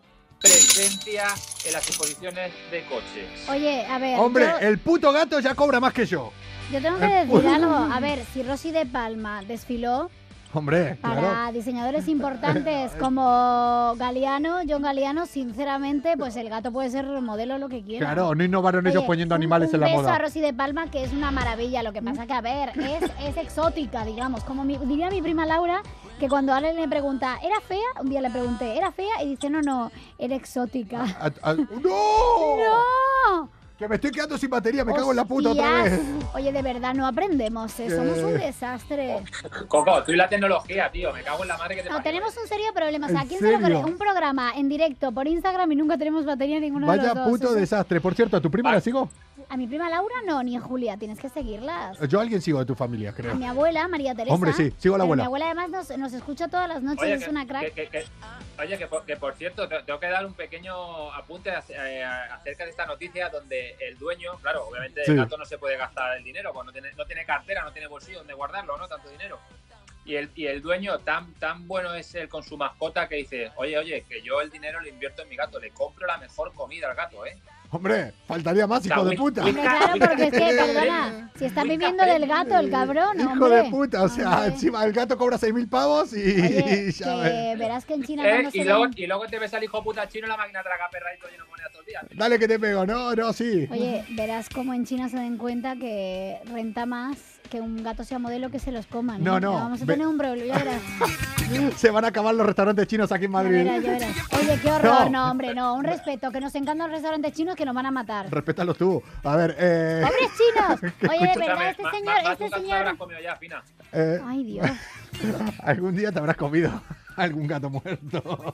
Speaker 7: presencia en las exposiciones de coches.
Speaker 3: Oye, a ver,
Speaker 2: Hombre, eh,
Speaker 3: yo-
Speaker 2: el puto gato ya cobra más que yo.
Speaker 3: yo tengo que decir algo. A ver, si Rosy de Palma desfiló
Speaker 2: Hombre,
Speaker 3: Para
Speaker 2: claro.
Speaker 3: diseñadores
Speaker 2: <laughs>
Speaker 3: importantes como Galeano, John Galeano, sinceramente, pues el gato puede ser modelo lo que quiera.
Speaker 2: Claro, no innovaron ellos
Speaker 3: Oye,
Speaker 2: poniendo
Speaker 3: un-
Speaker 2: animales
Speaker 3: un
Speaker 2: en la
Speaker 3: beso a
Speaker 2: moda.
Speaker 3: Rosy de Palma, que es una maravilla. Lo que pasa que, a ver, es, es exótica, digamos. Como mi- diría mi prima Laura, que cuando alguien le pregunta, ¿era fea? Un día le pregunté, ¿era fea? Y dice, no, no, era exótica.
Speaker 2: <laughs> A- a- ¡No!
Speaker 3: ¡No!
Speaker 2: Que me estoy quedando sin batería, me cago en la puta otra
Speaker 3: Hostias.
Speaker 2: vez.
Speaker 3: Oye, de verdad, no aprendemos, eh, somos un
Speaker 2: Eh.
Speaker 3: desastre.
Speaker 7: Coco, tú y la tecnología, tío, me cago en la madre que te
Speaker 3: No,
Speaker 7: parió.
Speaker 3: Ah, tenemos un serio problema. O sea,
Speaker 2: ¿En
Speaker 3: ¿quién se lo cree?
Speaker 2: serio?
Speaker 3: Un programa en directo por Instagram y nunca tenemos batería en ninguno de los
Speaker 2: Vaya
Speaker 3: dos.
Speaker 2: puto
Speaker 3: Eso-
Speaker 2: desastre. Por cierto, ¿a tu prima
Speaker 7: Ah.
Speaker 2: la sigo?
Speaker 3: A mi prima Laura no, ni a Julia. Tienes que seguirlas.
Speaker 2: Yo a alguien sigo de tu familia,
Speaker 3: A
Speaker 2: creo.
Speaker 3: mi abuela, María Teresa.
Speaker 2: Hombre, sí, sigo a la
Speaker 3: Pero Mi
Speaker 2: abuela.
Speaker 3: abuela además nos, nos escucha todas las noches,
Speaker 7: Oye,
Speaker 3: es una crack.
Speaker 7: que- que- oye, que por, que por cierto, te- tengo que dar un pequeño apunte ac- eh, acerca de esta noticia donde el dueño, claro, obviamente
Speaker 2: Sí.
Speaker 7: el gato no se puede gastar el dinero, pues no tiene, no tiene cartera, no tiene bolsillo donde guardarlo, ¿no? Tanto dinero. Y el, y el dueño tan, tan bueno es él con su mascota que dice, oye, oye, que yo el dinero lo invierto en mi gato, le compro la mejor comida al gato, ¿eh?
Speaker 2: Hombre, faltaría más, hijo de puta.
Speaker 3: Hombre, claro, porque es que, perdona, si está viviendo del gato el cabrón,
Speaker 2: Hijo
Speaker 3: hombre.
Speaker 2: de puta, o sea,
Speaker 3: Hombre.
Speaker 2: encima el gato cobra 6.000 pavos y,
Speaker 3: Oye,
Speaker 2: y <laughs> ya
Speaker 3: que
Speaker 2: ves.
Speaker 3: verás que en China
Speaker 7: Eh,
Speaker 3: cuando se
Speaker 7: y, luego,
Speaker 3: ven-
Speaker 7: y luego te ves al hijo puta chino en la máquina tragaperra y todo lleno de monedas todos los días.
Speaker 2: Dale que te pego, no, no, sí.
Speaker 3: Oye, verás cómo en China se den cuenta que renta más que un gato sea modelo que se los coman. ¿eh?
Speaker 2: No, no,
Speaker 3: Vamos a
Speaker 2: ve-
Speaker 3: tener un problema, ya verás.
Speaker 2: Se van a acabar los restaurantes chinos aquí en
Speaker 3: Ya
Speaker 2: Madrid.
Speaker 3: verás, ya verás. Oye, qué horror,
Speaker 2: No.
Speaker 3: no. hombre, no. Un respeto, que nos encantan los restaurantes chinos que nos van a matar.
Speaker 2: Respétalos tú. A ver, eh,
Speaker 3: ¡Pobres
Speaker 2: <laughs>
Speaker 3: chinos! Oye, de verdad,
Speaker 7: Escúchame,
Speaker 3: este
Speaker 7: ma-
Speaker 3: señor,
Speaker 7: ma- ma-
Speaker 3: este
Speaker 7: tú te habrás
Speaker 3: señor...
Speaker 7: comido ya, Fina.
Speaker 2: eh,
Speaker 3: Ay, Dios.
Speaker 2: algún día te habrás comido <laughs> algún gato muerto.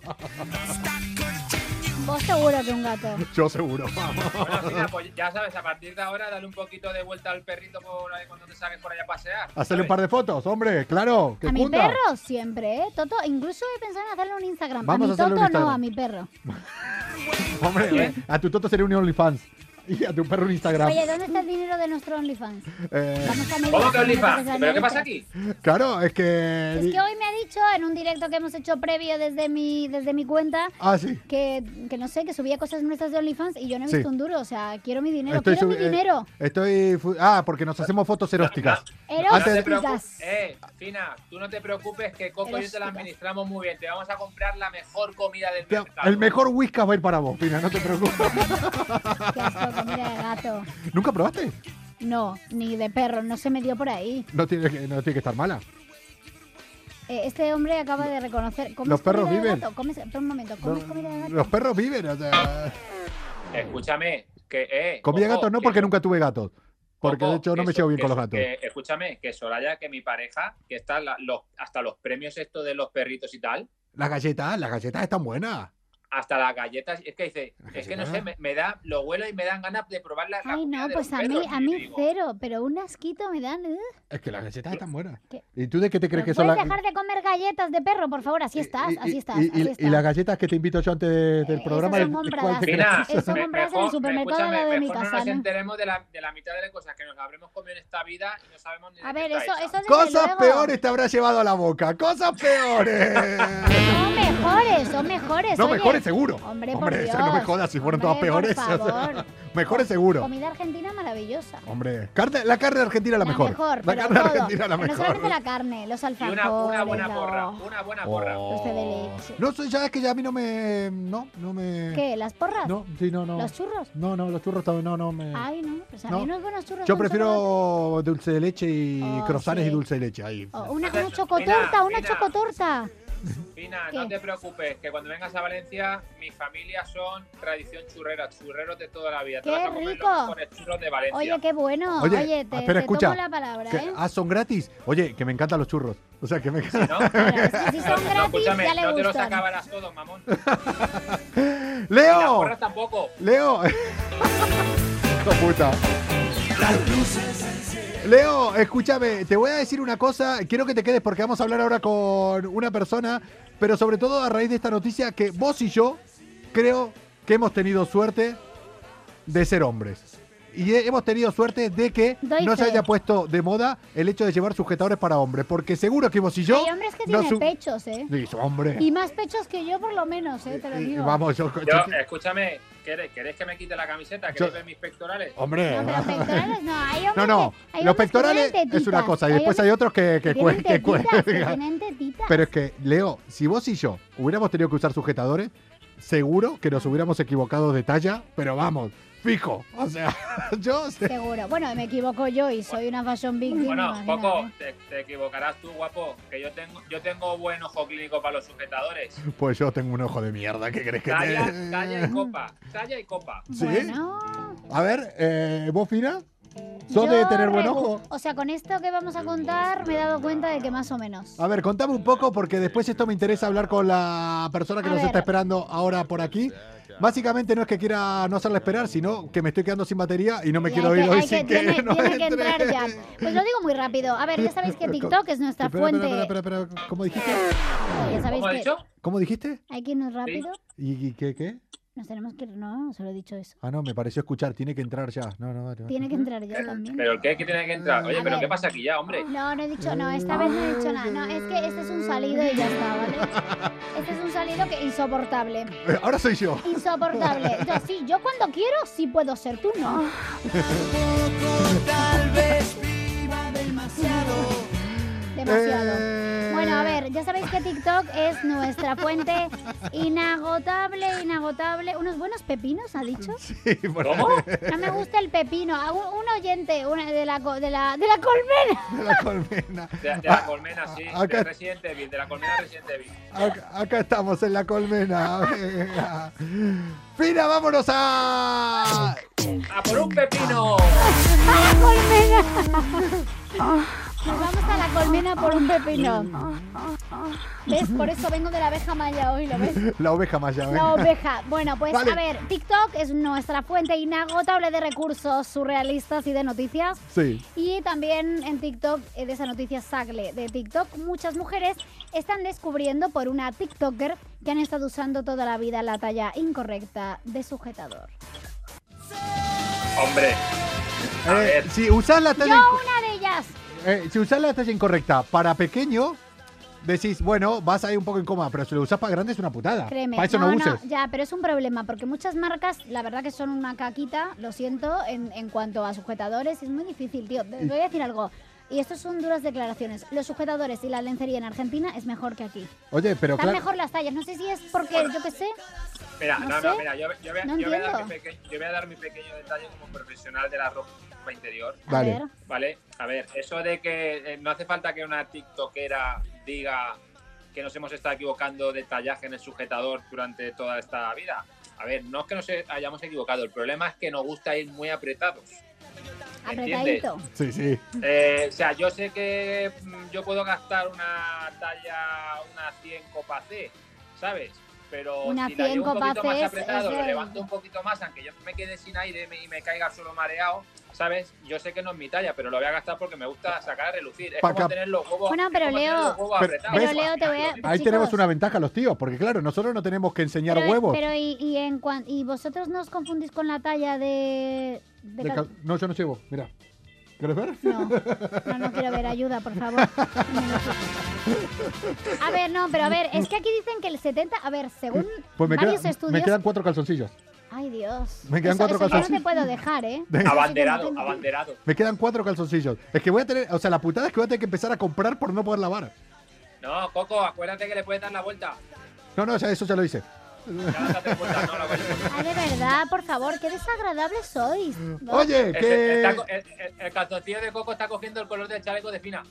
Speaker 3: Vos seguro que un gato.
Speaker 2: Yo seguro, vamos.
Speaker 7: Bueno, Fina, pues ya sabes, a partir de ahora, dale un poquito de vuelta al perrito por ahí cuando te saques por ahí a pasear.
Speaker 2: Hacerle un
Speaker 7: ¿sabes?
Speaker 2: par de fotos, hombre, claro. Que
Speaker 3: A mi
Speaker 2: punta.
Speaker 3: perro siempre, ¿eh? Toto, incluso he pensado en hacerle un Instagram.
Speaker 2: Vamos
Speaker 3: a
Speaker 2: a
Speaker 3: mi
Speaker 2: hacerle
Speaker 3: Toto
Speaker 2: un Instagram.
Speaker 3: no, a mi perro.
Speaker 2: Hombre, eh, a tu toto sería un OnlyFans. Y a tu perro un Instagram.
Speaker 3: Oye, ¿dónde está el dinero de nuestro OnlyFans?
Speaker 2: Eh,
Speaker 3: Vamos a medir
Speaker 7: ¿Cómo que
Speaker 3: los
Speaker 7: OnlyFans?
Speaker 3: metros de
Speaker 7: ¿Pero qué pasa
Speaker 3: nuestra.
Speaker 7: aquí?
Speaker 2: claro, es que.
Speaker 3: Es que hoy me ha dicho en un directo que hemos hecho previo desde mi, desde mi cuenta
Speaker 2: Ah, sí.
Speaker 3: que, que no sé, que subía cosas nuestras de OnlyFans y yo no he
Speaker 2: Sí.
Speaker 3: visto un duro. O sea, quiero mi dinero,
Speaker 2: Estoy
Speaker 3: quiero
Speaker 2: sub-
Speaker 3: mi
Speaker 2: eh,
Speaker 3: dinero.
Speaker 2: Estoy. fu- Ah, porque nos hacemos fotos eróticas.
Speaker 7: No te
Speaker 2: Antes-
Speaker 3: Eróticas.
Speaker 7: preocupes. Eh, Fina, tú no te preocupes que Coco y yo te
Speaker 3: Eróticas.
Speaker 7: la administramos muy bien. Te vamos a comprar la mejor comida del
Speaker 2: Te-
Speaker 7: mercado.
Speaker 2: El mejor whiskas va a ir para vos, Pina, no te preocupes. <laughs>
Speaker 3: Qué asco, comida de gato.
Speaker 2: ¿Nunca probaste?
Speaker 3: No, ni de perro, no se me dio por ahí.
Speaker 2: No tiene que, no tiene que estar mala.
Speaker 3: Eh, este hombre acaba de reconocer. ¿comes
Speaker 2: Los perros
Speaker 3: comida de
Speaker 2: viven.
Speaker 3: gato? ¿Comes, espera un momento,
Speaker 2: No,
Speaker 3: ¿comes comida de gato?
Speaker 2: los perros viven. o sea,
Speaker 7: Escúchame, que eh.
Speaker 2: comí
Speaker 7: Coco,
Speaker 2: gato no
Speaker 7: que-
Speaker 2: porque nunca tuve gatos. Porque
Speaker 7: Ojo,
Speaker 2: de hecho no
Speaker 7: que
Speaker 2: me
Speaker 7: so-
Speaker 2: llevo bien
Speaker 7: que
Speaker 2: con
Speaker 7: so-
Speaker 2: los gatos.
Speaker 7: que, escúchame, que Soraya, que mi pareja, que están los, hasta los premios estos de los perritos y tal,
Speaker 2: Las galletas, las galletas están buenas.
Speaker 7: hasta las galletas, es que dice, es que no
Speaker 2: galletas?
Speaker 7: sé, me, me da, lo huelo y me dan ganas de probar la la
Speaker 3: Ay,
Speaker 7: comida
Speaker 3: no,
Speaker 7: de los
Speaker 3: pues a mí,
Speaker 7: perros.
Speaker 3: a
Speaker 7: Y
Speaker 3: mí
Speaker 7: digo,
Speaker 3: cero, pero un asquito me dan. ugh.
Speaker 2: Es que las galletas están buenas.
Speaker 3: ¿Qué?
Speaker 2: ¿Y tú de qué te crees
Speaker 3: ¿Pero
Speaker 2: que son
Speaker 3: ¿Puedes
Speaker 2: las
Speaker 3: dejar de comer galletas de perro, por favor? Así estás,
Speaker 2: y-
Speaker 3: así
Speaker 2: y-
Speaker 3: estás.
Speaker 2: y-
Speaker 3: así
Speaker 2: y-
Speaker 3: estás.
Speaker 2: y las galletas que te invito yo antes de- del
Speaker 3: Eh,
Speaker 2: programa.
Speaker 3: esas son
Speaker 2: ¿cuál te
Speaker 3: compradas.
Speaker 2: crees?
Speaker 7: Fina,
Speaker 3: Eso
Speaker 7: me-
Speaker 3: compras en el
Speaker 7: mejor-
Speaker 3: supermercado al
Speaker 7: escúchame,
Speaker 3: lado de mi
Speaker 7: mejor
Speaker 3: casa,
Speaker 7: No nos
Speaker 3: ¿no?
Speaker 7: enteremos de la, de la mitad de las cosas que nos habremos comido en esta vida y no sabemos ni de
Speaker 3: A
Speaker 7: qué
Speaker 3: ver,
Speaker 7: está
Speaker 3: eso,
Speaker 7: hecha.
Speaker 3: eso desde
Speaker 2: Cosas
Speaker 3: luego.
Speaker 2: peores te habrás llevado a la boca. Cosas peores.
Speaker 3: Son mejores, son mejores.
Speaker 2: no,
Speaker 3: Pues, oye.
Speaker 2: mejores seguro.
Speaker 3: Hombre, por
Speaker 2: Hombre, eso
Speaker 3: Dios.
Speaker 2: no me jodas si fueron todas
Speaker 3: Hombre, por
Speaker 2: peores. <laughs> o sea,
Speaker 3: favor.
Speaker 2: mejores seguro.
Speaker 3: Comida argentina maravillosa.
Speaker 2: Hombre, carne- la carne argentina la mejor. la
Speaker 3: pero
Speaker 2: carne
Speaker 3: todo.
Speaker 2: argentina la
Speaker 3: Pero No
Speaker 2: mejor.
Speaker 3: solamente la carne, los
Speaker 7: Y
Speaker 3: alfajores.
Speaker 7: una, una buena
Speaker 3: los-
Speaker 7: porra, una buena porra.
Speaker 2: Oh.
Speaker 3: Dulce de leche.
Speaker 2: No soy, ya es que ya a mí no me. No, no me.
Speaker 3: ¿Qué? ¿Las porras?
Speaker 2: No, sí, no, no.
Speaker 3: ¿Los churros?
Speaker 2: No, no, los churros también, no, no me.
Speaker 3: Ay, no. Pues a
Speaker 2: No.
Speaker 3: mí unos buenos churros.
Speaker 2: Yo
Speaker 3: con
Speaker 2: prefiero dulce de leche y
Speaker 3: Oh,
Speaker 2: croissants
Speaker 3: sí.
Speaker 2: y dulce de leche ahí.
Speaker 3: chocolate. O Oh, una,
Speaker 7: Mira,
Speaker 3: una chocotorta, una
Speaker 7: mira.
Speaker 3: chocotorta.
Speaker 7: Fina,
Speaker 3: ¿Qué?
Speaker 7: no te preocupes, que cuando vengas a Valencia, mi familia son tradición churrera, churreros de toda la vida. Te
Speaker 3: ¡Qué
Speaker 7: vas a comer
Speaker 3: rico!
Speaker 7: los mejores churros de Valencia.
Speaker 3: Oye, qué bueno.
Speaker 2: Oye,
Speaker 3: Oye, te,
Speaker 2: espera,
Speaker 3: te
Speaker 2: escucha.
Speaker 3: tomo la palabra,
Speaker 2: ¿Qué?
Speaker 3: ¿eh?
Speaker 2: Ah, son gratis. Oye, que me encantan los churros. O sea, que me encantan.
Speaker 7: ¿No?
Speaker 3: Claro, es que <laughs> si son
Speaker 7: <laughs> no,
Speaker 3: gratis,
Speaker 7: escúchame,
Speaker 3: ya le
Speaker 7: no te los
Speaker 3: gustan.
Speaker 7: acabarás todos, mamón. Y las
Speaker 2: ¡Leo!
Speaker 7: porras tampoco.
Speaker 2: ¡Leo! <laughs> Hijo de puta. Leo, escúchame, te voy a decir una cosa, quiero que te quedes porque vamos a hablar ahora con una persona, pero sobre todo a raíz de esta noticia que vos y yo creo que hemos tenido suerte de ser hombres. Y he- hemos tenido suerte de que
Speaker 3: Doy
Speaker 2: no se
Speaker 3: fe.
Speaker 2: haya puesto de moda el hecho de llevar sujetadores para hombres, porque seguro que vos y yo...
Speaker 3: Hay hombres que
Speaker 2: no
Speaker 3: tienen
Speaker 2: su-
Speaker 3: pechos, ¿eh?
Speaker 2: Sí, hombre.
Speaker 3: Y más pechos que yo, por lo menos, ¿eh? Te lo
Speaker 2: Y- y
Speaker 3: digo.
Speaker 2: vamos, yo-
Speaker 7: Yo, escúchame, ¿queréis, queréis que me quite la camiseta? ¿Queréis
Speaker 2: Yo- Oh.
Speaker 7: ver mis pectorales?
Speaker 2: Hombre.
Speaker 3: No, pero pectorales no. Hay hombres
Speaker 2: No, no,
Speaker 3: que- hay
Speaker 2: los
Speaker 3: hombres que
Speaker 2: pectorales
Speaker 3: tienen
Speaker 2: es una
Speaker 3: tetitas,
Speaker 2: cosa y después hay
Speaker 3: hombres
Speaker 2: otros que, que,
Speaker 3: que
Speaker 2: cue-
Speaker 3: tienen
Speaker 2: que
Speaker 3: tetitas,
Speaker 2: <laughs>
Speaker 3: que
Speaker 2: cuelgan.
Speaker 3: tienen tetitas.
Speaker 2: Pero es que, Leo, si vos y yo hubiéramos tenido que usar sujetadores, seguro que nos hubiéramos equivocado de talla, pero vamos, fijo. O sea, <laughs> yo sé.
Speaker 3: Seguro. Bueno, me equivoco yo y soy una fashion victim.
Speaker 7: Bueno,
Speaker 3: imagínate.
Speaker 7: Coco, te, te equivocarás tú, guapo, que yo tengo, yo tengo buen ojo clínico para los sujetadores.
Speaker 2: Pues yo tengo un ojo de mierda, ¿qué crees <laughs> que
Speaker 7: Talla,
Speaker 2: te-
Speaker 7: talla y copa, talla y copa.
Speaker 2: ¿Sí?
Speaker 3: Bueno,
Speaker 2: A ver, eh, ¿vos, Fina? ¿Sos de
Speaker 3: yo
Speaker 2: tener buen
Speaker 3: regu-
Speaker 2: ojo?
Speaker 3: O sea, con esto que vamos a contar me he dado cuenta de que más o menos.
Speaker 2: A ver, contame un poco porque después esto me interesa hablar con la persona que
Speaker 3: A
Speaker 2: nos
Speaker 3: ver.
Speaker 2: está esperando ahora por aquí. Básicamente no es que quiera no hacerla esperar, sino que me estoy quedando sin batería y no me
Speaker 3: Y
Speaker 2: quiero
Speaker 3: hay
Speaker 2: ir
Speaker 3: que-
Speaker 2: hoy
Speaker 3: hay que-
Speaker 2: sin que, <laughs>
Speaker 3: tiene,
Speaker 2: no
Speaker 3: tiene que
Speaker 2: entre.
Speaker 3: entrar ya. Pues lo digo muy rápido. A ver, ya sabéis
Speaker 2: <laughs>
Speaker 3: que TikTok es nuestra
Speaker 2: Espera,
Speaker 3: fuente.
Speaker 2: espera, espera, espera, espera, ¿Cómo dijiste?
Speaker 3: Ya sabéis
Speaker 7: ¿Cómo ha
Speaker 3: que
Speaker 7: dicho?
Speaker 2: ¿Cómo dijiste?
Speaker 3: hay que irnos rápido.
Speaker 2: ¿Y, y qué, qué?
Speaker 3: Nos tenemos que ir, ¿no? Solo he dicho eso.
Speaker 2: Ah, no, me pareció escuchar. Tiene que entrar ya. No, no, vale, vale.
Speaker 3: Tiene que entrar yo también.
Speaker 7: Pero el que es que tiene que entrar. Oye,
Speaker 3: ¿eh? A
Speaker 7: pero
Speaker 3: ver.
Speaker 7: ¿qué pasa aquí ya, hombre?
Speaker 3: No, no he dicho, no, esta vez no he dicho nada. No, es que este es un salido y ya está, ¿vale? Este es un salido que insoportable.
Speaker 2: Eh, Ahora soy yo. <laughs>
Speaker 3: Insoportable. Yo sí, yo cuando quiero sí puedo ser, tú no. Demasiado.
Speaker 2: Eh,
Speaker 3: Bueno, a ver, ya sabéis que TikTok es nuestra fuente inagotable, inagotable. Unos buenos pepinos, ha dicho.
Speaker 2: Sí, por
Speaker 7: ¿Cómo?
Speaker 3: No me gusta el pepino. A Un, un oyente una de, la, co- de, la, de la colmena.
Speaker 2: de la
Speaker 7: <laughs>
Speaker 2: colmena.
Speaker 7: De, de
Speaker 2: Ah,
Speaker 7: la colmena, sí.
Speaker 2: ah, acá-
Speaker 7: De Resident Evil, de la colmena Resident Evil.
Speaker 2: Acá, acá estamos en la colmena. <laughs> venga. Fina, vámonos a.
Speaker 7: ¡A por un pepino!
Speaker 2: Ah.
Speaker 3: ¡A la colmena! Nos vamos a la colmena por un pepino. ¿Ves? Por eso vengo de la abeja maya hoy, ¿lo ves?
Speaker 2: <laughs> La oveja maya.
Speaker 3: La
Speaker 2: venga.
Speaker 3: oveja. Bueno, pues
Speaker 2: Vale.
Speaker 3: a ver, TikTok es nuestra fuente inagotable de recursos surrealistas y de noticias.
Speaker 2: Sí.
Speaker 3: Y también en TikTok, eh, de esa noticia sagle de TikTok, muchas mujeres están descubriendo por una TikToker que han estado usando toda la vida la talla incorrecta de sujetador.
Speaker 7: Hombre, a
Speaker 2: Eh,
Speaker 7: ver.
Speaker 2: si usás la
Speaker 3: Yo
Speaker 2: talla, inco-
Speaker 3: una de ellas.
Speaker 2: eh, si usás la talla incorrecta para pequeño, decís, bueno, vas ahí un poco en coma, pero si lo usás para grande es una putada.
Speaker 3: Créeme.
Speaker 2: Para Ah, eso no, uses.
Speaker 3: ya, pero es un problema porque muchas marcas, la verdad que son una caquita, lo siento, en, en cuanto a sujetadores, es muy difícil, tío. Te voy a decir algo. Y esto son duras declaraciones. Los sujetadores y la lencería en Argentina es mejor que aquí.
Speaker 2: Oye, pero
Speaker 3: Están
Speaker 2: claro.
Speaker 3: mejor las tallas. No sé si es porque, yo qué sé.
Speaker 7: Mira,
Speaker 3: No
Speaker 7: no, no,
Speaker 3: sé.
Speaker 7: mira, yo, yo voy, a-
Speaker 3: No
Speaker 7: yo voy a dar mi
Speaker 3: entiendo.
Speaker 7: peque- yo voy a dar mi pequeño detalle como profesional de la ropa interior.
Speaker 3: A
Speaker 2: Dale.
Speaker 3: ver.
Speaker 7: Vale, a ver, eso de que eh, no hace falta que una TikTokera diga que nos hemos estado equivocando de tallaje en el sujetador durante toda esta vida. A ver, no es que nos hayamos equivocado, el problema es que nos gusta ir muy apretados.
Speaker 3: Apretadito.
Speaker 2: Sí, sí.
Speaker 7: Eh, o sea, yo sé que mm, yo puedo gastar una talla, una 100 copa C, ¿sabes? Pero
Speaker 3: Una
Speaker 7: si la
Speaker 3: 100
Speaker 7: llevo un
Speaker 3: copa
Speaker 7: poquito
Speaker 3: C
Speaker 7: más
Speaker 3: es-
Speaker 7: apretado,
Speaker 3: es
Speaker 7: lo
Speaker 3: el-
Speaker 7: levanto un poquito más, aunque yo me quede sin aire y me- y me caiga solo mareado, ¿sabes? Yo sé que no es mi talla, pero lo voy a gastar porque me gusta sacar a relucir. Es
Speaker 2: Pa'
Speaker 7: como
Speaker 2: acá.
Speaker 7: tener los huevos,
Speaker 3: Bueno,
Speaker 7: es
Speaker 3: pero
Speaker 7: como tener
Speaker 3: Leo-
Speaker 7: los huevos
Speaker 2: Pero-
Speaker 7: apretados.
Speaker 2: ¿ves?
Speaker 3: Pero Leo, te voy a-
Speaker 2: Ahí
Speaker 3: Chicos.
Speaker 2: tenemos una ventaja los tíos, porque claro, nosotros no tenemos que enseñar
Speaker 3: Pero,
Speaker 2: huevos.
Speaker 3: pero y, y en cuan- y vosotros no os confundís con la talla de... de
Speaker 2: De
Speaker 3: cal-
Speaker 2: cal- No, yo no llevo. Mira. ¿Quieres ver?
Speaker 3: No, no, no quiero ver ayuda, por favor. A ver, no, pero a ver, es que aquí dicen que el 70, a ver, según
Speaker 2: Pues me, queda-
Speaker 3: varios estudios,
Speaker 2: me quedan cuatro calzoncillos.
Speaker 3: ay Dios,
Speaker 2: me quedan
Speaker 3: eso,
Speaker 2: cuatro
Speaker 3: eso yo no
Speaker 2: calzoncillos.
Speaker 3: te puedo
Speaker 2: <laughs>
Speaker 3: dejar, ¿eh?
Speaker 7: Abanderado,
Speaker 3: Eso yo no te-
Speaker 7: abanderado.
Speaker 2: Me quedan cuatro calzoncillos. Es que voy a tener, o sea, la putada es que voy a tener que empezar a comprar por no poder lavar.
Speaker 7: No, Coco, acuérdate que le puedes dar la vuelta.
Speaker 2: No, no, ya eso ya lo hice.
Speaker 7: Ya le das la vuelta, no la
Speaker 2: <laughs>
Speaker 7: vuelta.
Speaker 3: Ay, de verdad, por favor, qué desagradables sois. ¿no?
Speaker 2: Oye,
Speaker 7: Ese-
Speaker 2: que
Speaker 7: Este, está co- el, el- el calzoncillo de Coco está cogiendo el color del chaleco de Fina.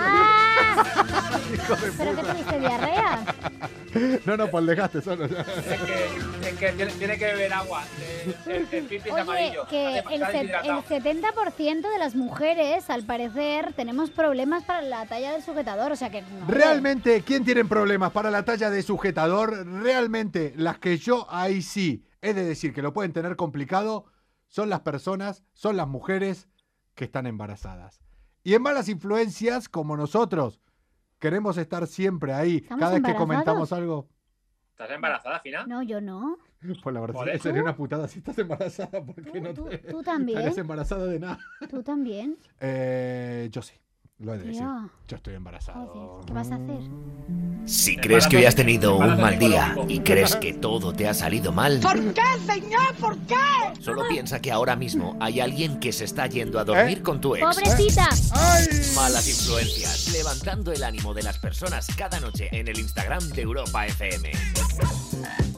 Speaker 3: ¡Ah! ¿Pero qué tuviste, diarrea?
Speaker 2: no, no, pues dejaste solo. ya.
Speaker 7: Es que, es que tiene, tiene que beber agua. Eh, El, el pipi es
Speaker 3: Oye,
Speaker 7: amarillo.
Speaker 3: que
Speaker 7: Está
Speaker 3: el,
Speaker 7: deshidratado.
Speaker 3: set- el 70% de las mujeres, al parecer, tenemos problemas para la talla del sujetador, o sea que... no,
Speaker 2: Realmente, ¿quién tienen problemas para la talla de sujetador? Realmente, las que yo ahí sí he de decir que lo pueden tener complicado son las personas, son las mujeres que están embarazadas. Y en malas influencias como nosotros, queremos estar siempre ahí.
Speaker 3: ¿Estamos
Speaker 2: Cada vez que
Speaker 3: embarazados?
Speaker 2: comentamos algo,
Speaker 7: ¿Estás embarazada, Fina?
Speaker 3: No, yo no.
Speaker 2: pues la verdad,
Speaker 7: Joder.
Speaker 2: sería una putada si estás embarazada <laughs>
Speaker 3: Tú,
Speaker 2: porque no
Speaker 3: tú-
Speaker 2: te...
Speaker 3: tú
Speaker 2: Estarías
Speaker 3: también.
Speaker 2: embarazada de nada.
Speaker 3: Tú también.
Speaker 2: Eh, yo sí, lo he de decir.
Speaker 3: Tío.
Speaker 2: Yo estoy embarazado.
Speaker 3: Joder, ¿qué vas a hacer?
Speaker 1: Si crees que hoy has tenido un mal día y crees que todo te ha salido mal,
Speaker 8: ¿Por qué, señor? ¿Por qué?
Speaker 1: solo piensa que ahora mismo hay alguien que se está yendo a dormir con tu ex.
Speaker 3: ¡Pobrecita!
Speaker 1: Malas influencias, levantando el ánimo de las personas cada noche en el Instagram de Europa FM.